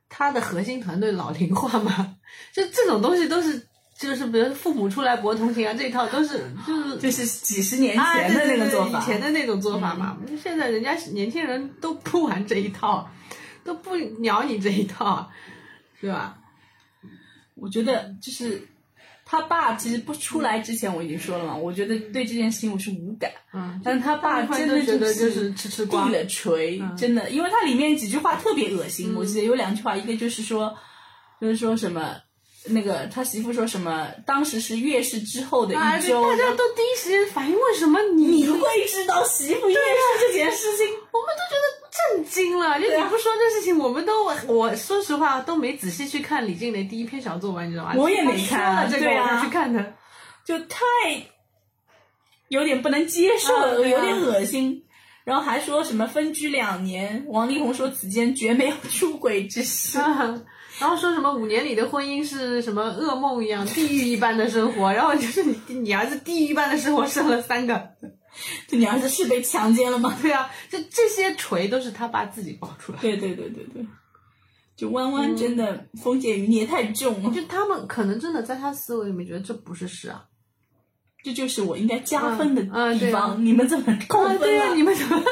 他的核心团队老龄化嘛，就这种东西都是就是比如父母出来博同情啊，这一套都是 就是这是几十年啊，前哎的那个做法，嗯对对对以前的那种做法嘛。现在人家年轻人都不玩这一套，都不鸟你这一套，对吧？我觉得就是他爸其实不出来之前，我已经说了嘛，我觉得对这件事情我是无感，嗯，但是他爸真都的觉得就就是吃吃瓜地，了锤，嗯真的，因为它里面几句话特别恶心，我记得有两句话，一个就是说，就是说什么。那个他媳妇说什么？当时是月事之后的啊，一周，大家都第一时间反应，为什么你你会知道媳妇月事这件事情？我们都觉得震惊了，就对啊你不说这事情，我们都我我说实话都没仔细去看李静蕾第一篇小作文，你知道吗？我也没看他说了这个对我啊才去看的。就太有点不能接受啊了，对啊有点恶心。然后还说什么分居两年，王力宏说此间绝没有出轨之 事。啊然后说什么五年里的婚姻是什么噩梦一样、地狱一般的生活，然后就是你你儿子地狱一般的生活生了三个， 就你儿子是被强奸了吗？对啊，就这些锤都是他爸自己爆出来的，对对对对对，就弯弯真的封建余孽太重了，就他们可能真的在他思维里面觉得这不是事啊，这就是我应该加分的嗯嗯地对啊方。你们怎么扣分啊了？对 啊，你们怎么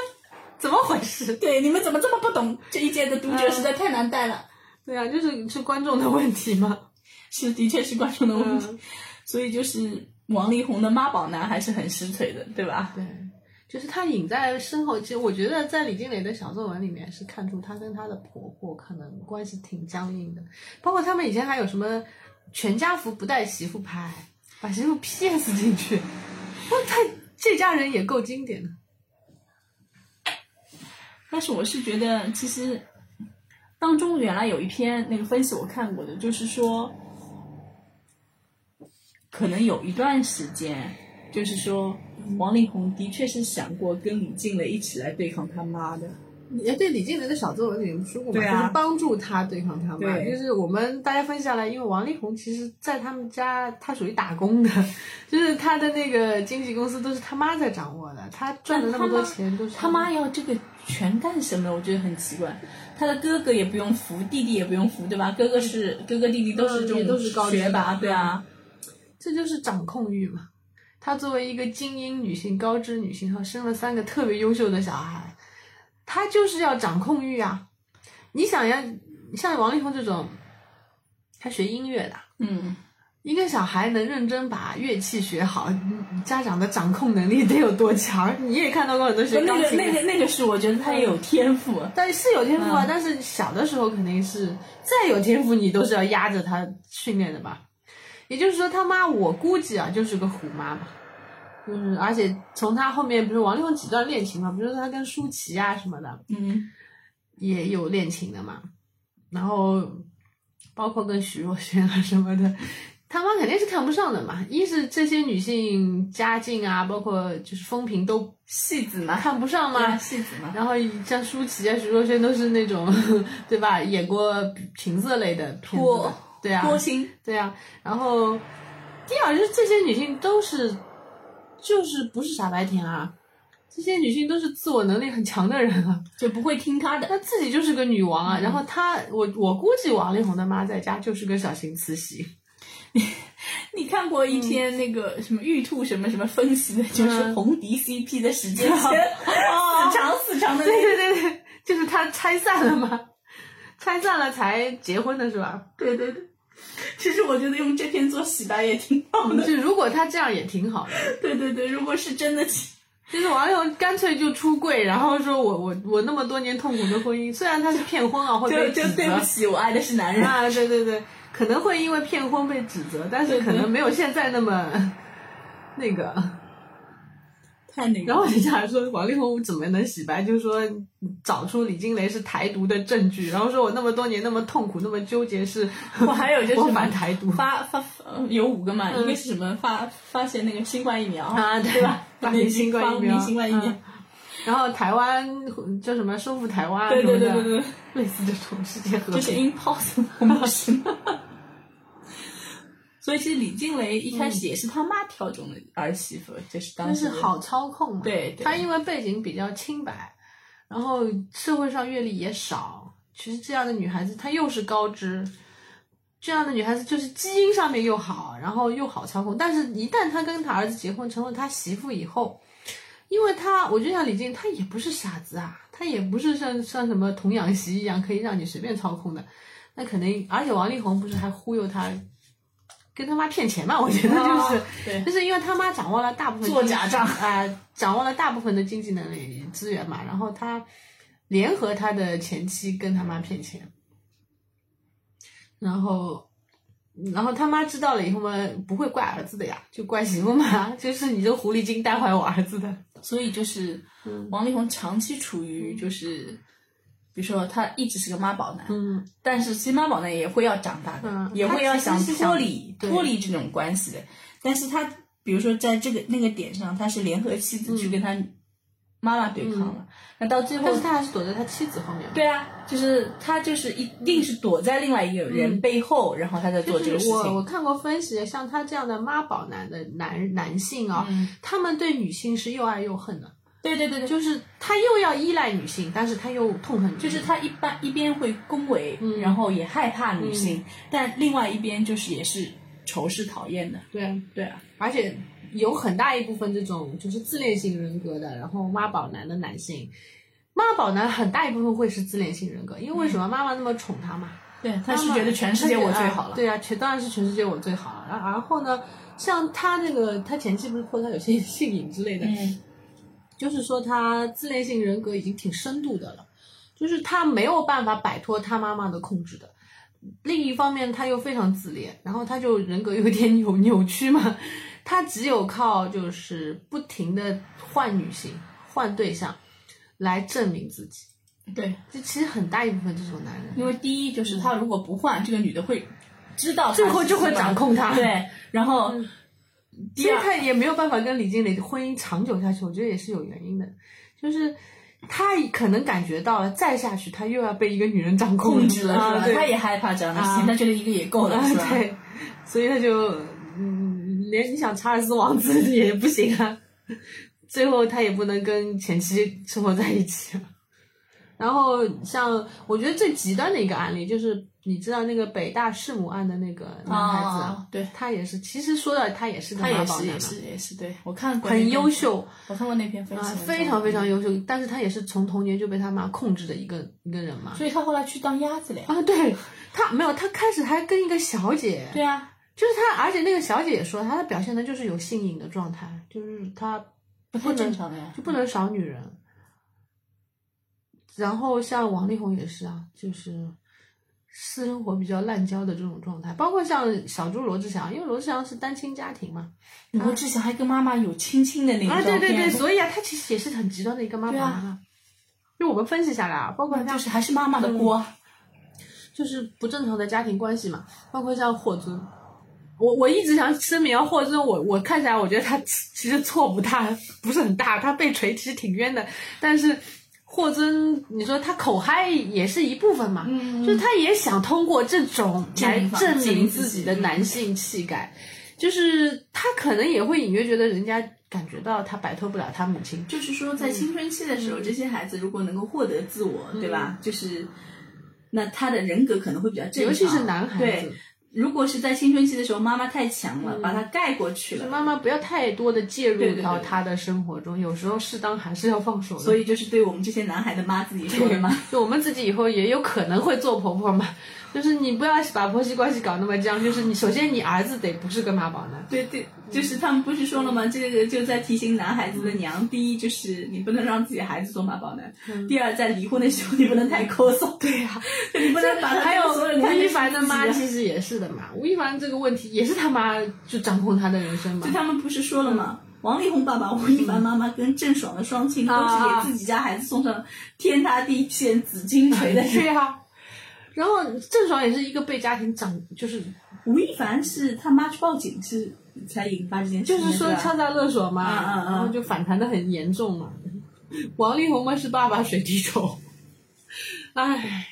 怎么回事？对你们怎么这么不懂？这一届的读者嗯实在太难带了。对啊，就是是观众的问题嘛，是，的确是观众的问题，嗯，所以就是王力宏的妈宝男还是很实锤的，对吧？对。就是他隐在身后，其实我觉得在李金磊的小作文里面是看出她跟她的婆婆可能关系挺僵硬的，包括他们以前还有什么全家福不带媳妇拍，把媳妇 PS 进去，哇，太这家人也够经典的。但是我是觉得，其实当中原来有一篇那个分析我看过的，就是说，可能有一段时间，就是说王力宏的确是想过跟李静蕾一起来对抗他妈的，哎，对，李静蕾的小作文里面说过嘛，对啊就是帮助他对抗他妈。对就是我们大家分析下来，因为王力宏其实在他们家，他属于打工的，就是他的那个经纪公司都是他妈在掌握的，他赚的那么多钱都是他妈要这个全干什么？我觉得很奇怪。他的哥哥也不用扶，弟弟也不用扶，对吧？哥哥是哥哥，弟弟都是嗯这也种都是高级学霸，对啊。这就是掌控欲嘛。她作为一个精英女性、高知女性，哈，生了三个特别优秀的小孩，她就是要掌控欲啊！你想要像王力宏这种，他学音乐的，嗯，一个小孩能认真把乐器学好，嗯家长的掌控能力得有多强？你也看到过很多那学钢个琴的，那个那个是我觉得他也有天赋，但是有天赋啊，嗯但是小的时候肯定是再有天赋，你都是要压着他训练的吧。也就是说，他妈我估计啊，就是个虎妈吧。就是，而且从他后面，比如王力宏几段恋情嘛，比如说他跟舒淇啊什么的，嗯，也有恋情的嘛。然后包括跟徐若瑄啊什么的，他妈肯定是看不上的嘛。一是这些女性家境啊，包括就是风评都戏子嘛，看不上嘛，嘛，戏子嘛，然后像舒淇啊、徐若瑄都是那种， 对吧？演过情色类的片子脱的，对啊，多心，对啊。然后第二就是这些女性都是，就是不是傻白甜啊，这些女性都是自我能力很强的人啊， 就不会听他的。她自己就是个女王嗯啊。然后她，我我估计王力宏的妈在家就是个小型慈禧， 你看过一篇那个什么玉兔什么什么分析的，就是嗯红迪 CP 的时 间线，哦死长死长的那对个。对对对，就是她拆散了嘛，拆散了才结婚的是吧？对对对，其实我觉得用这篇做洗白也挺好的。就如果她这样也挺好的。对对对，如果是真的，就是王力宏干脆就出柜，然后说我我我那么多年痛苦的婚姻，虽然他是骗婚啊，会就被就指对不责起，我爱的是男人。啊， 对对对，可能会因为骗婚 被指责，但是可能没有现在那么那个。太那个。然后人家还说王力宏怎么能洗白，就是说找出李金雷是台独的证据，然后说我那么多年那么痛苦那么纠结是，我还有就是 我反台独嗯发发呃有五个嘛，一个是什么发发现那个新冠疫苗啊对 对 吧？发那明新冠疫苗发明新冠疫苗嗯，然后台湾叫什么收复台湾对什么对的，对对对，类似这种世界和就是平， impossible 不是 吗？所以其实李静蕾一开始也是他妈挑中的儿媳妇，就是当但时嗯是好操控嘛。对对 他因为背景比较清白，然后社会上阅历也少，其实这样的女孩子她又是高知，这样的女孩子就是基因上面又好，然后又好操控。但是，一旦她跟她儿子结婚，成了她媳妇以后，因为她，我就像李静，她也不是傻子啊，她也不是像像什么童养媳一样可以让你随便操控的。那肯定，而且王力宏不是还忽悠她，跟他妈骗钱嘛？我觉得就是。对就是因为他妈掌握了大部分做假账啊、掌握了大部分的经济能力资源嘛，然后他联合他的前妻跟他妈骗钱，然后。然后他妈知道了以后嘛，不会怪儿子的呀，就怪媳妇嘛， 就是你这狐狸精带坏我儿子的。所以就是嗯王力宏长期处于就是，比如说他一直是个妈宝男，嗯，但是其实妈宝男也会要长大的，嗯也会要想他其实是想脱离对脱离这种关系的。但是他比如说在这个那个点上，他是联合妻子去跟他妈妈对抗了，那到最后嗯但是他还是躲在他妻子后面嘛。对啊，就是他就是一定是躲在另外一个人背后，然后他在做这就个事是我情。我看过分析，像他这样的妈宝男的男男性啊、嗯他们对女性是又爱又恨的。对对对对，就是他又要依赖女性，但是他又痛恨女就性，是他一般一边会恭维，嗯然后也害怕女性，但另外一边就是也是仇视讨厌的。对，对啊，而且有很大一部分这种就是自恋型人格的，然后妈宝男的男性，妈宝男很大一部分会是自恋型人格，因为为什么妈妈那么宠他嘛，对，他妈是妈觉得全世界我最好啊了。对啊，全当然是全世界我最好了。然然后呢，像他那个他前期不是说他有些 性瘾之类的，嗯，就是说他自恋性人格已经挺深度的了，就是他没有办法摆脱他妈妈的控制的。另一方面，他又非常自恋，然后他就人格有点扭扭曲嘛，他只有靠就是不停的换女性、换对象来证明自己。对，这其实很大一部分这种男人，因为第一就是他如果不换，这个女的会知道他最后就会是吧掌控他。，对，然后嗯第其实二，他也没有办法跟李金磊的婚姻长久下去，我觉得也是有原因的，就是他可能感觉到了，再下去他又要被一个女人掌控控制了啊是吧？对他也害怕这样的事啊情，他觉得一个也够了啊是吧？对，所以他就嗯，连你想查尔斯王子也不行啊，最后他也不能跟前妻生活在一起、啊。然后像我觉得最极端的一个案例就是，你知道那个北大弑母案的那个男孩子，啊，对，他也是，其实说到他也是个他妈也宝是男也嘛，是也是，对我看过那很篇优，秀。我看过那篇分析啊，文章，非常非常优秀，但是他也是从童年就被他妈控制的一个一个人嘛。嗯所以他后来去当鸭子了呀。啊，对他没有，他开始还跟一个小姐，对啊，就是他，而且那个小姐也说，他的表现的就是有性瘾的状态，就是他不不太能啊正常的呀。就不能少女人。然后像王力宏也是啊，就是私生活比较滥交的这种状态，包括像小猪罗志祥，因为罗志祥是单亲家庭嘛，罗志祥还跟妈妈有亲亲的那个啊，对照对片对，所以啊，他其实也是很极端的一个妈妈对啊啊。就我们分析下来啊，包括像就是还是妈妈的锅。就是不正常的家庭关系嘛，包括像霍尊。我我一直想声明啊，霍尊我我看起来我觉得他其实错不大，不是很大，他被锤其实挺冤的。但是霍尊，你说他口嗨也是一部分嘛，嗯就是他也想通过这种证来明吧证证明明自自己己的男性气概，就是他可能也会隐约觉得人家感觉到他摆脱不了他母亲，就是说，在青春期的嗯时候，这些孩子如果能够获得自我，对吧？就是那他的人格可能会比较正常，尤其是男孩子嗯对，，如果是在青春期的时候，妈妈太强了，把他盖过去就了，妈妈不要太多的介对入对对到他的生活中，有时候适当还是要放手的。所以就是对我们这些男孩的妈自己说的嘛。就我们自己以后也有可能会做婆婆嘛， 就是你不要把婆媳关系搞那么僵，就是你首先你儿子得不是个妈宝男， 对对，就是他们不是说了吗？这个就在提醒男孩子嗯的娘，第一就是你不能让自己的孩子做妈宝男，嗯第二在离婚的时候你不能太抠搜， 对呀、你不能把他还有所人吴看成亦凡的妈自己啊其实也是的嘛，吴亦凡这个问题也是他妈就掌控他的人生嘛嗯就，他们不是说了吗？王力宏爸爸、吴亦凡妈妈跟郑爽的双亲都是啊给自己家孩子送上天塌地陷紫金锤的人。对呀、然后郑爽也是一个被家庭掌，就是 吴亦凡是他妈去报警，是才引发这件事就情的，是说吧敲诈勒索嗯嘛，嗯嗯然后就反弹的很严重嘛。王力宏嘛是爸爸水滴筹，唉，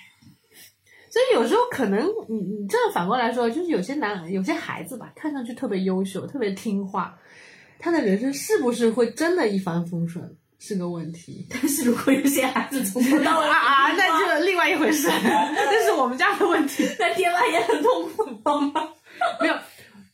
所以有时候可能你你这样反过来说，就是有些男有些孩子吧，看上去特别优秀，特别听话，他的人生是不是会真的一帆风顺是个问题。但是如果有些孩子从头到啊尾 啊，那就另外一 回事，那是我们家的问题。那爹妈也很痛苦，懂吗？ 没有，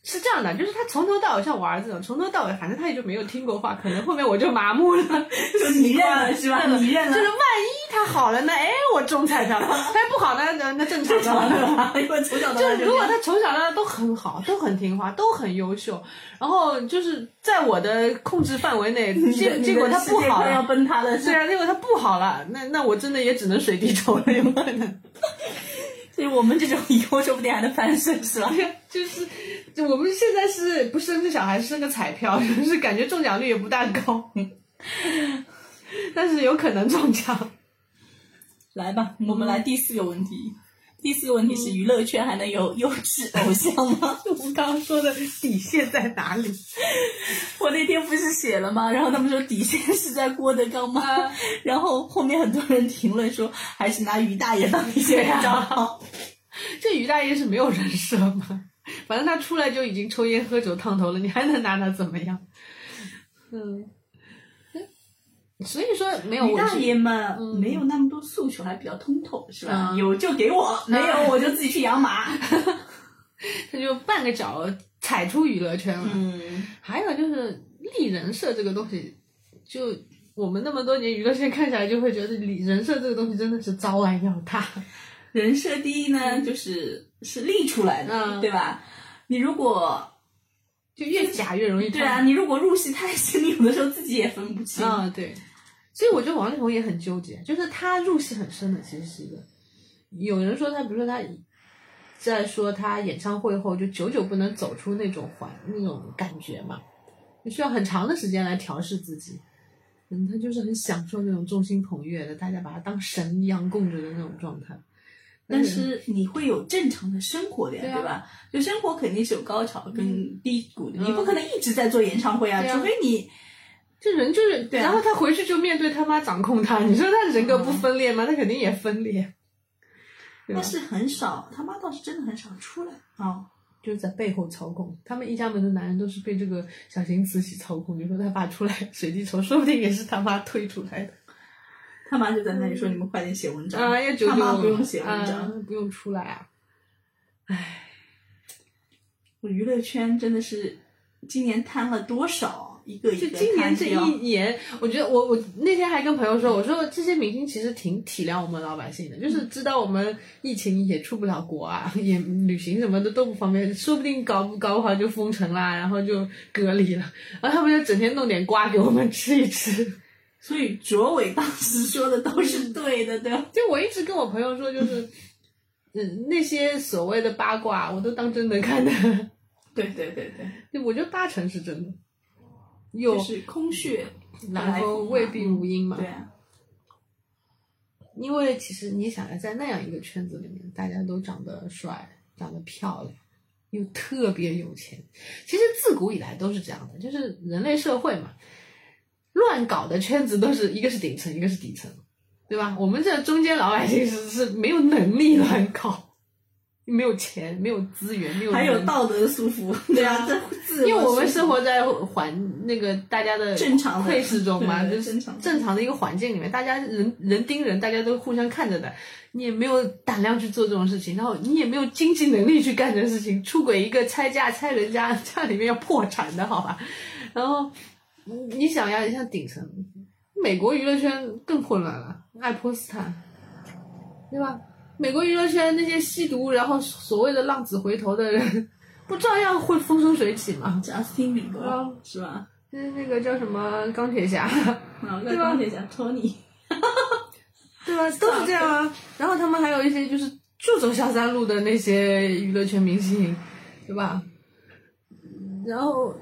是这样的，就是他从头到尾，像我儿子这种，从头到尾，反正他也就没有听过话，可能后面我就麻木了，就你认了是吧？你认就了是。万一他好了呢，哎，我中彩票了；他不好呢，那那正常了。 因为从小到就大是如果他从小到大都很好，都很听话，都很优秀，然后就是在我的控制范围 内，结结果他不好要了，崩塌了，是对啊，结果他不好了，那那我真的也只能水滴筹了，有可能。所以我们这种以后说不定还能翻身，是吧？ 就是，就我们现在是不生个小孩，生个彩票，就是感觉中奖率也不大高，但是有可能中奖。 来吧，我们来第四个问题。第四个问题是：娱乐圈还能有优质偶像吗？我们刚刚说的底线在哪里？ 我那天不是写了吗？然后他们说底线是在郭德纲吗？ 然后后面很多人评论说，还是拿于大爷当底线比较 好。这于大爷是没有人设吗？反正他出来就已经抽烟喝酒烫头了，你还能拿他怎么样？嗯，所以说没有于我大是爷嘛，嗯没有那么多诉求，还比较通透，是吧？嗯有就给我，没有我就自己去养马。他就半个脚踩出娱乐圈了。嗯，还有就是立人设这个东西，就我们那么多年娱乐圈看下来，就会觉得立人设这个东西真的是招来要大。人设第一呢，就是是立出来的，嗯对吧？你如果就越假越容易对啊，穿。你如果入戏太深， 你有的时候自己也分不清。啊、对。所以我觉得王力宏也很纠结，就是他入戏很深的，其实是一个。有人说他，比如说他在说他演唱会后就久久不能走出那种环那种感觉嘛，就需要很长的时间来调试自己。嗯，他就是很享受那种众星捧月的，大家把他当神一样供着的那种状态。但是你会有正常的生活的呀，对对啊吧？就生活肯定是有高潮跟低谷的，嗯你不可能一直在做演唱会啊，对啊除非你这人就是，对啊然后他回去就面对他妈掌控他，你说他人格不分裂吗？他肯定也分裂，对啊吧但？是很少，他妈倒是真的很少出来啊、就是在背后操控，他们一家门的男人都是被这个小型慈禧操控。你说他爸出来水滴筹，说不定也是他妈推出来的。他妈就在那里说：“你们快点写文章。嗯啊，要九九他妈不用写文章。啊不用出来啊。我娱乐圈真的是今年摊了多少一个一就个今年摊这掉一年，我觉得我我那天还跟朋友说，我说这些明星其实挺体谅我们老百姓的，就是知道我们疫情也出不了国啊， 也旅行什么的都不方便，说不定搞不搞不好就封城啦，然后就隔离了，然后他们就整天弄点瓜给我们吃一吃。所以卓伟当时说的都是对的，对吧？就我一直跟我朋友说，就是嗯那些所谓的八卦，我都当真的看的， 对对对对，就我觉得八成是真的，有就是空穴南来风风未必无因因嘛。对啊，因为其实你想要在那样一个圈子里面，大家都长得帅、长得漂亮，又特别有钱。其实自古以来都是这样的，就是人类社会嘛，乱搞的圈子都是一个是顶层，一个是底层，对吧？我们这中间老百姓是是没有能力乱搞，没有钱，没有资源，没有还有人道德的束缚，对啊，这自我啊因为我们束缚生活在环那个大家的正常的窥视中嘛，对对就是正常的正常的一个环境里面，大家人人盯人，大家都互相看着的，你也没有胆量去做这种事情，然后你也没有经济能力去干这事情，出轨一个拆家拆人家，家里面要破产的好吧？然后你你想要像顶层，美国娱乐圈更混乱了，爱泼斯坦，对吧？美国娱乐圈那些吸毒，然后所谓的浪子回头的人，不照样会风生水起吗？ Justin Bieber、啊是吧？就是那个叫什么钢铁侠，啊，对跟吧钢铁侠 Tony，对吧？都是这样啊。然后他们还有一些就是就走下三路的那些娱乐圈明星，对吧？然后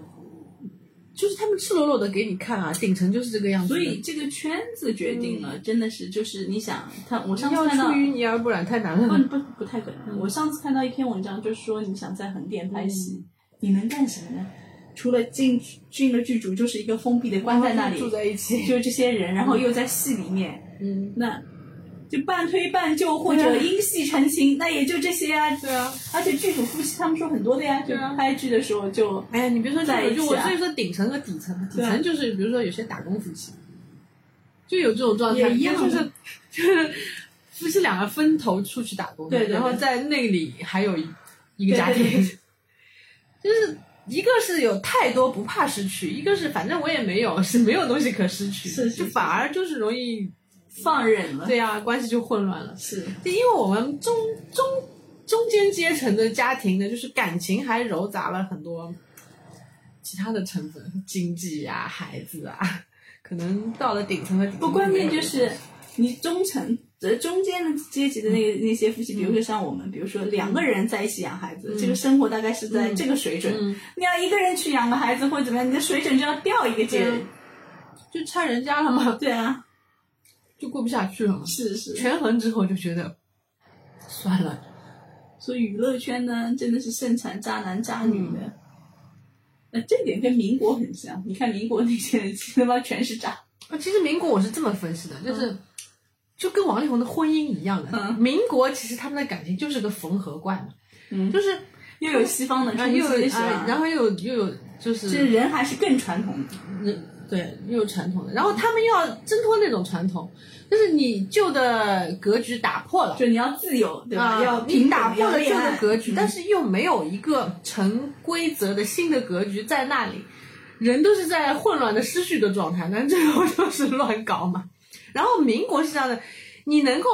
就是他们赤裸裸的给你看啊，顶层就是这个样子所的。以这个圈子决定了，真的是就是你想，他我上次要看到哦出淤泥而不染太难了。不不不太可能。我上次看到一篇文章，就说你想在横店拍戏，你能干什么呢？除了进进了剧组，就是一个封闭的关在那里，住在一起，就这些人，然后又在戏里面，嗯，那就半推半就或者对啊因戏成情，那也就这些啊。对啊。而且剧组夫妻他们说很多的呀，就对啊拍剧的时候就哎呀，你别说在这一个，就起我啊所以说顶层和底层，底对啊层就是比如说有些打工夫妻，就有这种状态，也一样就是就是夫妻两个分头出去打工，对对对然后在那里还有一一个家庭，对对 就是一个是有太多不怕失去，一个是反正我也没有，是没有东西可失去，是是就反而就是容易放任了。对呀、关系就混乱了。是，就因为我们中中中间阶层的家庭呢，就是感情还糅杂了很多其他的成分，经济啊、孩子啊，可能到了顶层的不关键就是你中层。呃，中间的阶级的那个那些夫妻，比如说像我们，比如说两个人在一起养孩子，这个生活大概是在这个水准。嗯嗯你要一个人去养个孩子或者怎么样，你的水准就要掉一个阶。对啊就差人家了嘛，对啊，就过不下去了嘛。是是。权衡之后就觉得算了，所以娱乐圈呢，真的是盛产渣男渣女嗯的。那这点跟民国很像，你看民国那些人，他妈全是渣。啊其实民国我是这么分析的，就是。就跟王力宏的婚姻一样的，嗯民国其实他们的感情就是个缝合怪嘛，嗯就是又有西方的啊冲又有击，是吧啊，？然后又有又有就是这人还是更传统的。嗯，对，又有传统的，然后他们又要挣脱那种传统，就是你旧的格局打破了，就你要自由，对吧？啊要你平等，打破要了旧恋的爱。格局，嗯但是又没有一个成规则的新的格局在那里，人都是在混乱的失序的状态，但最后就是乱搞嘛。然后民国是这样的，你能够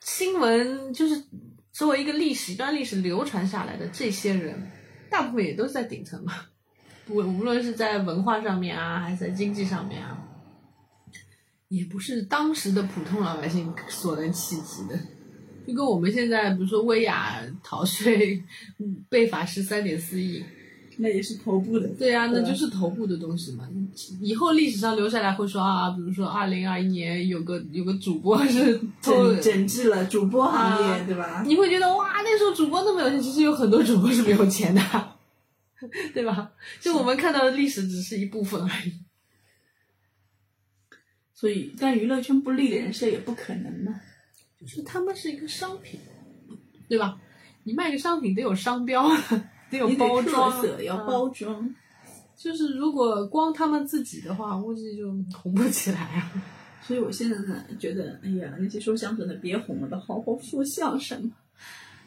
新闻就是作为一个历史一段历史流传下来的这些人，大部分也都是在顶层嘛，无无论是在文化上面啊，还是在经济上面啊。也不是当时的普通老百姓所能企及的，就跟我们现在比如说薇娅逃税嗯被罚十三点四亿，那也是头部的。对啊，那对啊就是头部的东西嘛。以后历史上留下来会说啊，比如说二零二一年有个有个主播 是偷整，整治了主播行业，啊对吧？你会觉得哇，那时候主播那么有钱，其实有很多主播是没有钱的， 对吧？就我们看到的历史只是一部分而已。所以，但娱乐圈不立的人设也不可能嘛。就是他们是一个商品，对吧？你卖个商品得有商标，得有你得包装特，色，要嗯包装。就是如果光他们自己的话，估计就红不起来 啊。所以我现在呢，觉得，哎呀，那些说相声的别红了，都好好说相声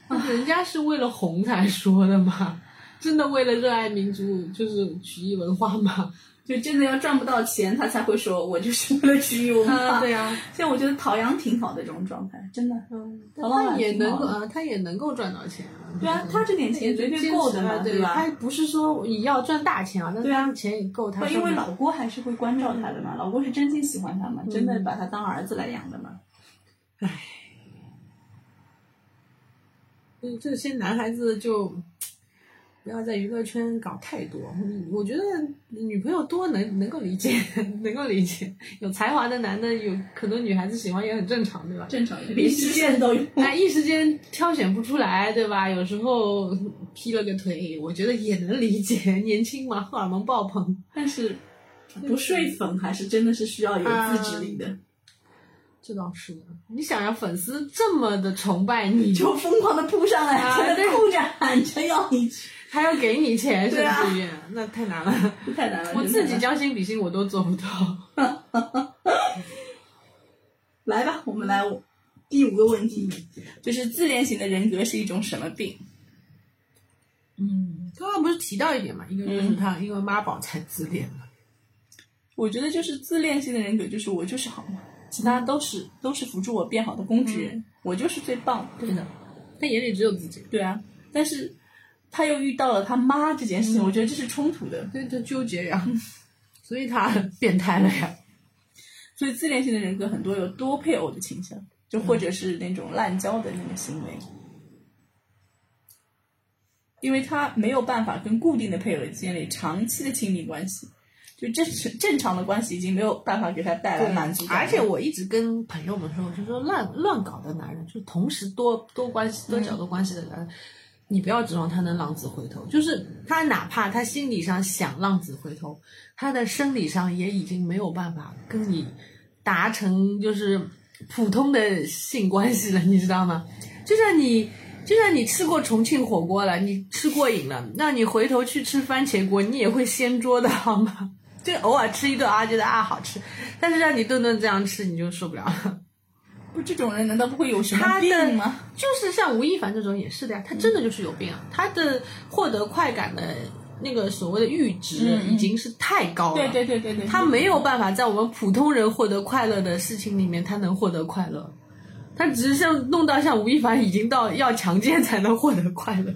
吧。人家是为了红才说的嘛，真的为了热爱民族，就是曲艺文化嘛。就真的要赚不到钱，他才会说我就是为了曲艺文化。对啊，现在我觉得陶阳挺好的这种状态，真的。 嗯，好浪漫他也挺好能够的啊，他也能够赚到钱啊。对啊，他这点他也钱绝能坚持对够的啊嘛，对吧？他不是说你要赚大钱啊，但是对啊他钱也够他不生活。因为老郭还是会关照他的嘛，老郭是真心喜欢他嘛，真的把他当儿子来养的嘛。嗯，这些男孩子就不要在娱乐圈搞太多。嗯我觉得女朋友多能能够理解， 能够理解。有才华的男的，有很多女孩子喜欢也很正常，对吧？正常人， 连视线都有。那一时间挑选不出来，对吧？有时候劈了个腿，我觉得也能理解。年轻嘛，荷尔蒙爆棚，但是啊不睡粉还是真的是需要有自制力的，这倒是的。你想想，粉丝这么的崇拜你，就疯狂的扑上来，啊真对的哭着喊着要你去，还要给你钱，甚对啊至于、那太难了。太难了。我真自的啊己将心比心，我都做不到。来吧，我们来第五个问题，就是自恋型的人格是一种什么病？嗯，刚刚不是提到一点嘛，一个就是他因为妈宝才自恋嘛。我觉得就是自恋型的人格，就是我就是好嘛，其他都是都是辅助我变好的工具嗯人，我就是最棒的。对的，他眼里只有自己。对啊，但是他又遇到了他妈这件事嗯情，我觉得这是冲突的。对，就纠结呀， 所以他变态了呀。所以自恋型的人格很多有多配偶的倾向，就嗯或者是那种滥交的那个行为，因为他没有办法跟固定的配偶建立长期的亲密关系，就正正常的关系已经没有办法给他带来对满足感了。而且我一直跟朋友们说，我就说乱乱搞的男人，就同时多多关系多角嗯度关系的男人，你不要指望他能浪子回头。就是他哪怕他心理上想浪子回头，他的生理上也已经没有办法跟你达成就是普通的性关系了，你知道吗？就算你。就算你吃过重庆火锅了，你吃过瘾了，那你回头去吃番茄锅，你也会掀桌的好吗？就偶尔吃一顿啊，觉得啊好吃，但是让你顿顿这样吃，你就受不了了。 不，这种人难道不会有什么他病的吗？就是像吴亦凡这种也是的呀，他真的就是有病啊，他的获得快感的那个所谓的阈值嗯嗯已经是太高了。对对对对对，他没有办法在我们普通人获得快乐的事情里面，他能获得快乐。他只是像弄到像吴亦凡已经到要强奸才能获得快乐，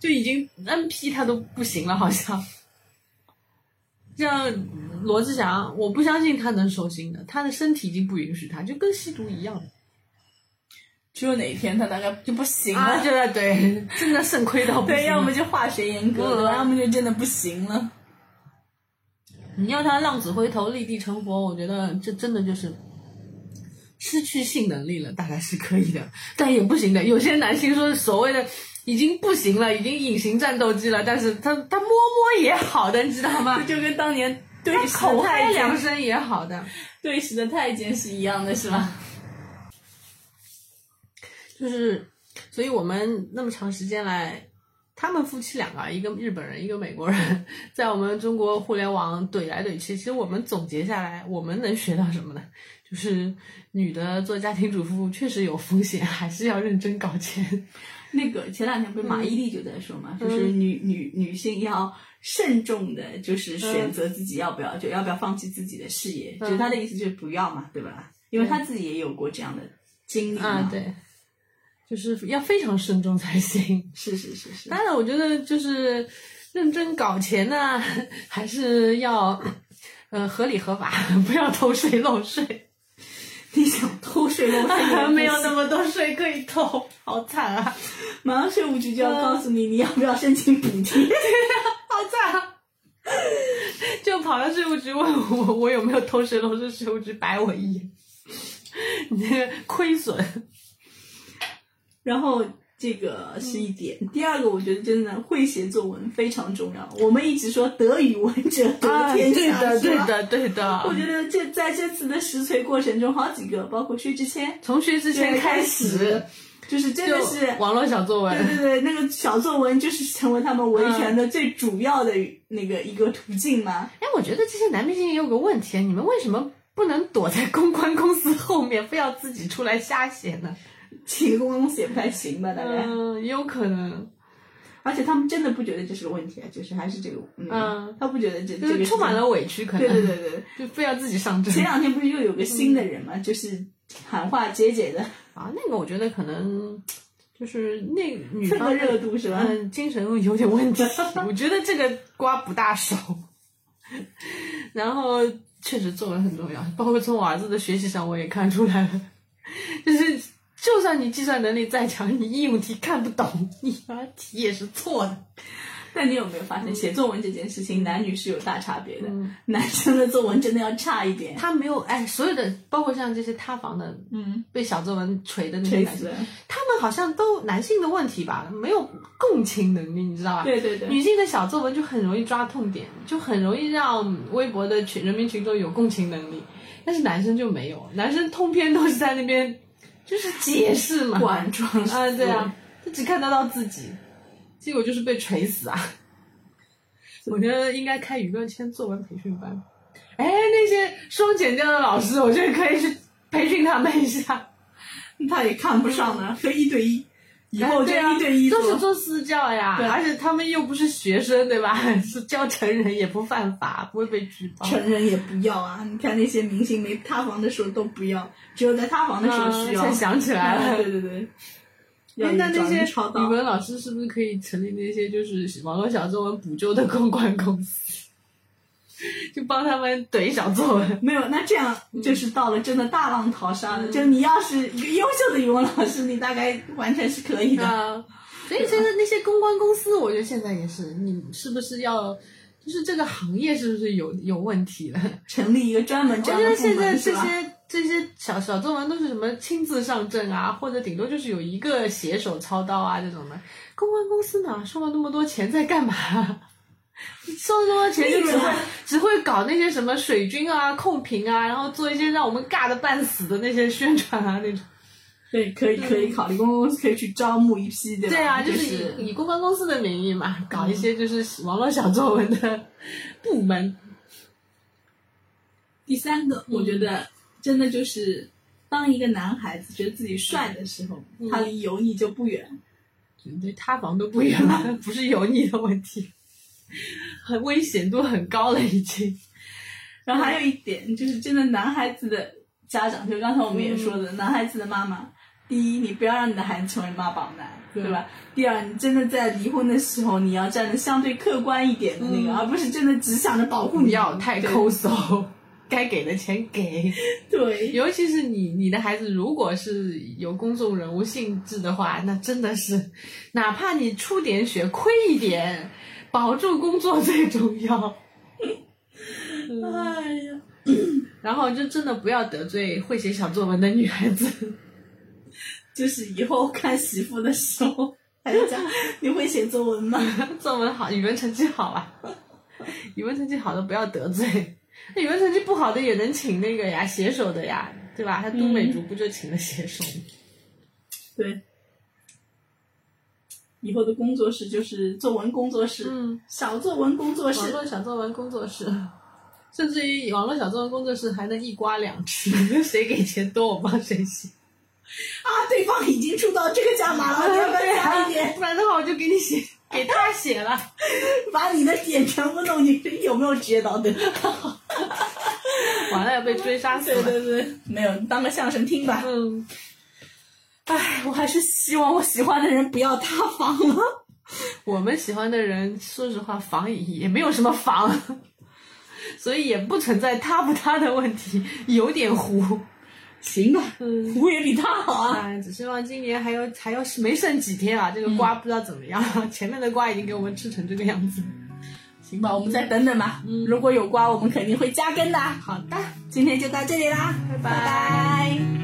就已经 NP 他都不行了，好像。像罗志祥，我不相信他能收心的，他的身体已经不允许他，就跟吸毒一样。只有哪一天他大概就不行了。 啊，对对对，真的肾亏到不行。对，要么就化学阉割了，嗯要么就真的不行了。你要他浪子回头、立地成佛，我觉得这真的就是 失去性能力了，大概是可以的， 但也不行的。有些男性说所谓的已经不行了，已经隐形战斗机了，但是他他摸摸也好的，你知道吗这？就跟当年对 他时口的嗨太两监声也好的，对时的太监是一样的，是吧？就是，所以我们那么长时间来，他们夫妻两个，啊一个日本人，一个美国人， 在我们中国互联网怼来怼去，其实我们总结下来，我们能学到什么呢？就是女的做家庭主妇确实有风险，还是要认真搞钱。那个前两天不是马伊琍就在说嗯嘛，就是女女女性要慎重的，就是选择自己要嗯不要，就要不要放弃自己的事业，就是她的意思就是不要嘛，对吧？因为她自己也有过这样的经历嘛，啊，，对，就是要非常慎重才行。是是是是，当然，我觉得就是认真搞钱呢， 还是要呃合理合法， 不要偷税漏税。你想偷税 漏税没有那么多税可以偷，好惨啊！ 马上税务局就要告诉你，你要不要申请补贴？好惨啊！就跑到税务局问我，我有没有偷税漏税？税务局白我一眼，你这个亏损。然后这个是一点，嗯第二个我觉得真的会写作文非常重要。我们一直说德语文者得天 对下，的，是啊对吧。的，对我的。觉得这在这次的实锤过程中，好几个，包括薛之谦从学之前对开开始始，就是真就的是，网络小 作对文，哎对对，那个小作文就是成为他们维权的最主要的那个一个途径嘛。哎，我觉得这些男明星也有个问题，你们为什么不能躲在公关公司后面，非要自己出来瞎写呢？请个公公司也不太行吧，大概。嗯，也有可能，而且他们真的不觉得这是个问题啊，就是还是这个，嗯嗯，他不觉得这就这是个充满是了委 屈，可对对能对对对。就非要自己上阵前。两天不是又有个新的人嘛，就是喊话姐姐的， 啊，那个我觉得可能就是那女蹭方个的热度是吧？嗯，精神有点问 题，我觉得这个瓜不大熟。 然后确实作文很重要，包括从我儿子的学习上我也看出来了，就是就算你计算能力再强，你应用题看不懂，你答题也是错的。但你有没有发现，写作文这件事情，男女是有大差别的嗯。男生的作文真的要差一点，他没有哎，所有的包括像这些塌房的，嗯，被小作文锤的那些锤男死生，了。他们好像都男性的问题吧，没有共情能力，你知道吧？对对对，女性的小作文就很容易抓痛点，就很容易让微博的群人民群众有共情能力，但是男生就没有，男生通篇都是在那边就是解释嘛，管装 啊，对啊，，他只看得到自己，结果就是被锤死啊！我觉得应该开舆论圈作文培训班，哎，那些双减掉的老师，我觉得可以去培训他们一下。他也看不上呢，可以一对一，以后就嗯对啊一对一都是做。做私教呀，对而且他们又不是学生，对吧？ 是教成人也不犯法，不会被举报。哦成人也不要啊！你看那些明星没塌房的时候都不要，只有在塌房的时候需嗯要。才想起来啊 了。对对对，要哎，那那些转超语到文老师是不是可以成立那些就是网络小作文补救的公关公司， 就帮他们怼小作 文？没有，那这样就是到了真的大浪淘沙了。就你要是一个优秀的语文老师，你大概完全是可以的。啊，所以现在那些公关公司，我觉得现在也是，你是不是要就是这个行业是不是有有问题了？成立一个专门我这觉样的得部哦现在门这是吧？些这些小小作文都是什么亲自上阵啊，或者顶多就是有一个写手操刀啊这种的。公关公司哪收了那么多钱在干嘛？ 收了那么多钱就只会只会搞那些什么水军啊、控评啊，然后做一些让我们尬的半死的那些宣传啊那种。对，可以可以考虑，公关公司可以去招募一批，对吧？对啊，就就是以以公关公司的名义嘛，搞一些就是网络小作文的部门。第三个，我觉得真的就是，当一个男孩子觉得自己帅的时候，他离油腻就不远。对塌房都不远了， 不是油腻的问题，很危险度很高了已经。然后还有一点就是，真的男孩子的家长，就刚才我们也说的，嗯男孩子的妈妈，第一，你不要让你的孩子成为妈宝男，对对吧？第二，你真的在离婚的时候，你要站得相对客观一点的那个，嗯而不是真的只想着保护 不你。要太抠搜，该给的钱给。对，尤其是你你的孩子，如果是有公众人物性质的话，那真的是，哪怕你出点血亏一点，保住工作最重要。 嗯哎呀，然后就真的不要得罪会写小作文的女孩子。就是以后看媳妇的时候，还要讲你会写作文吗？作文好，语文成绩好啊， 语文成绩好的不要得罪，那语文成绩不好的也能请那个呀，写手的呀，对吧？他都美竹不就请了写手 吗？ 对，以后的工作室就是作文工作室，嗯，小作文工作网室。络小作文工作室，甚至于网络小作文工作室还能一瓜两吃， 谁给钱多我帮谁 写，啊，对方已经出到这个价 哎码了，你要不要加一点？ 不然的话我就给你写，给他写了。把你的点全部弄进去，有没有职业道德？完了要被追杀死 对了。对对，没有，当个相声听吧。嗯，唉，我还是希望我喜欢的人不要塌房了。我们喜欢的人，说实话，防也没有什么防， 所以也不存在塌不塌的问题， 有点糊。 行吧，嗯，我也比他好啊。哎，只希望今年还有还有没剩几天啊，这个瓜不知道怎么样，前面的瓜已经给我们吃成这个样子。行吧，我们再等等吧。如果有瓜，我们肯定会加更的。好的，今天就到这里啦，拜拜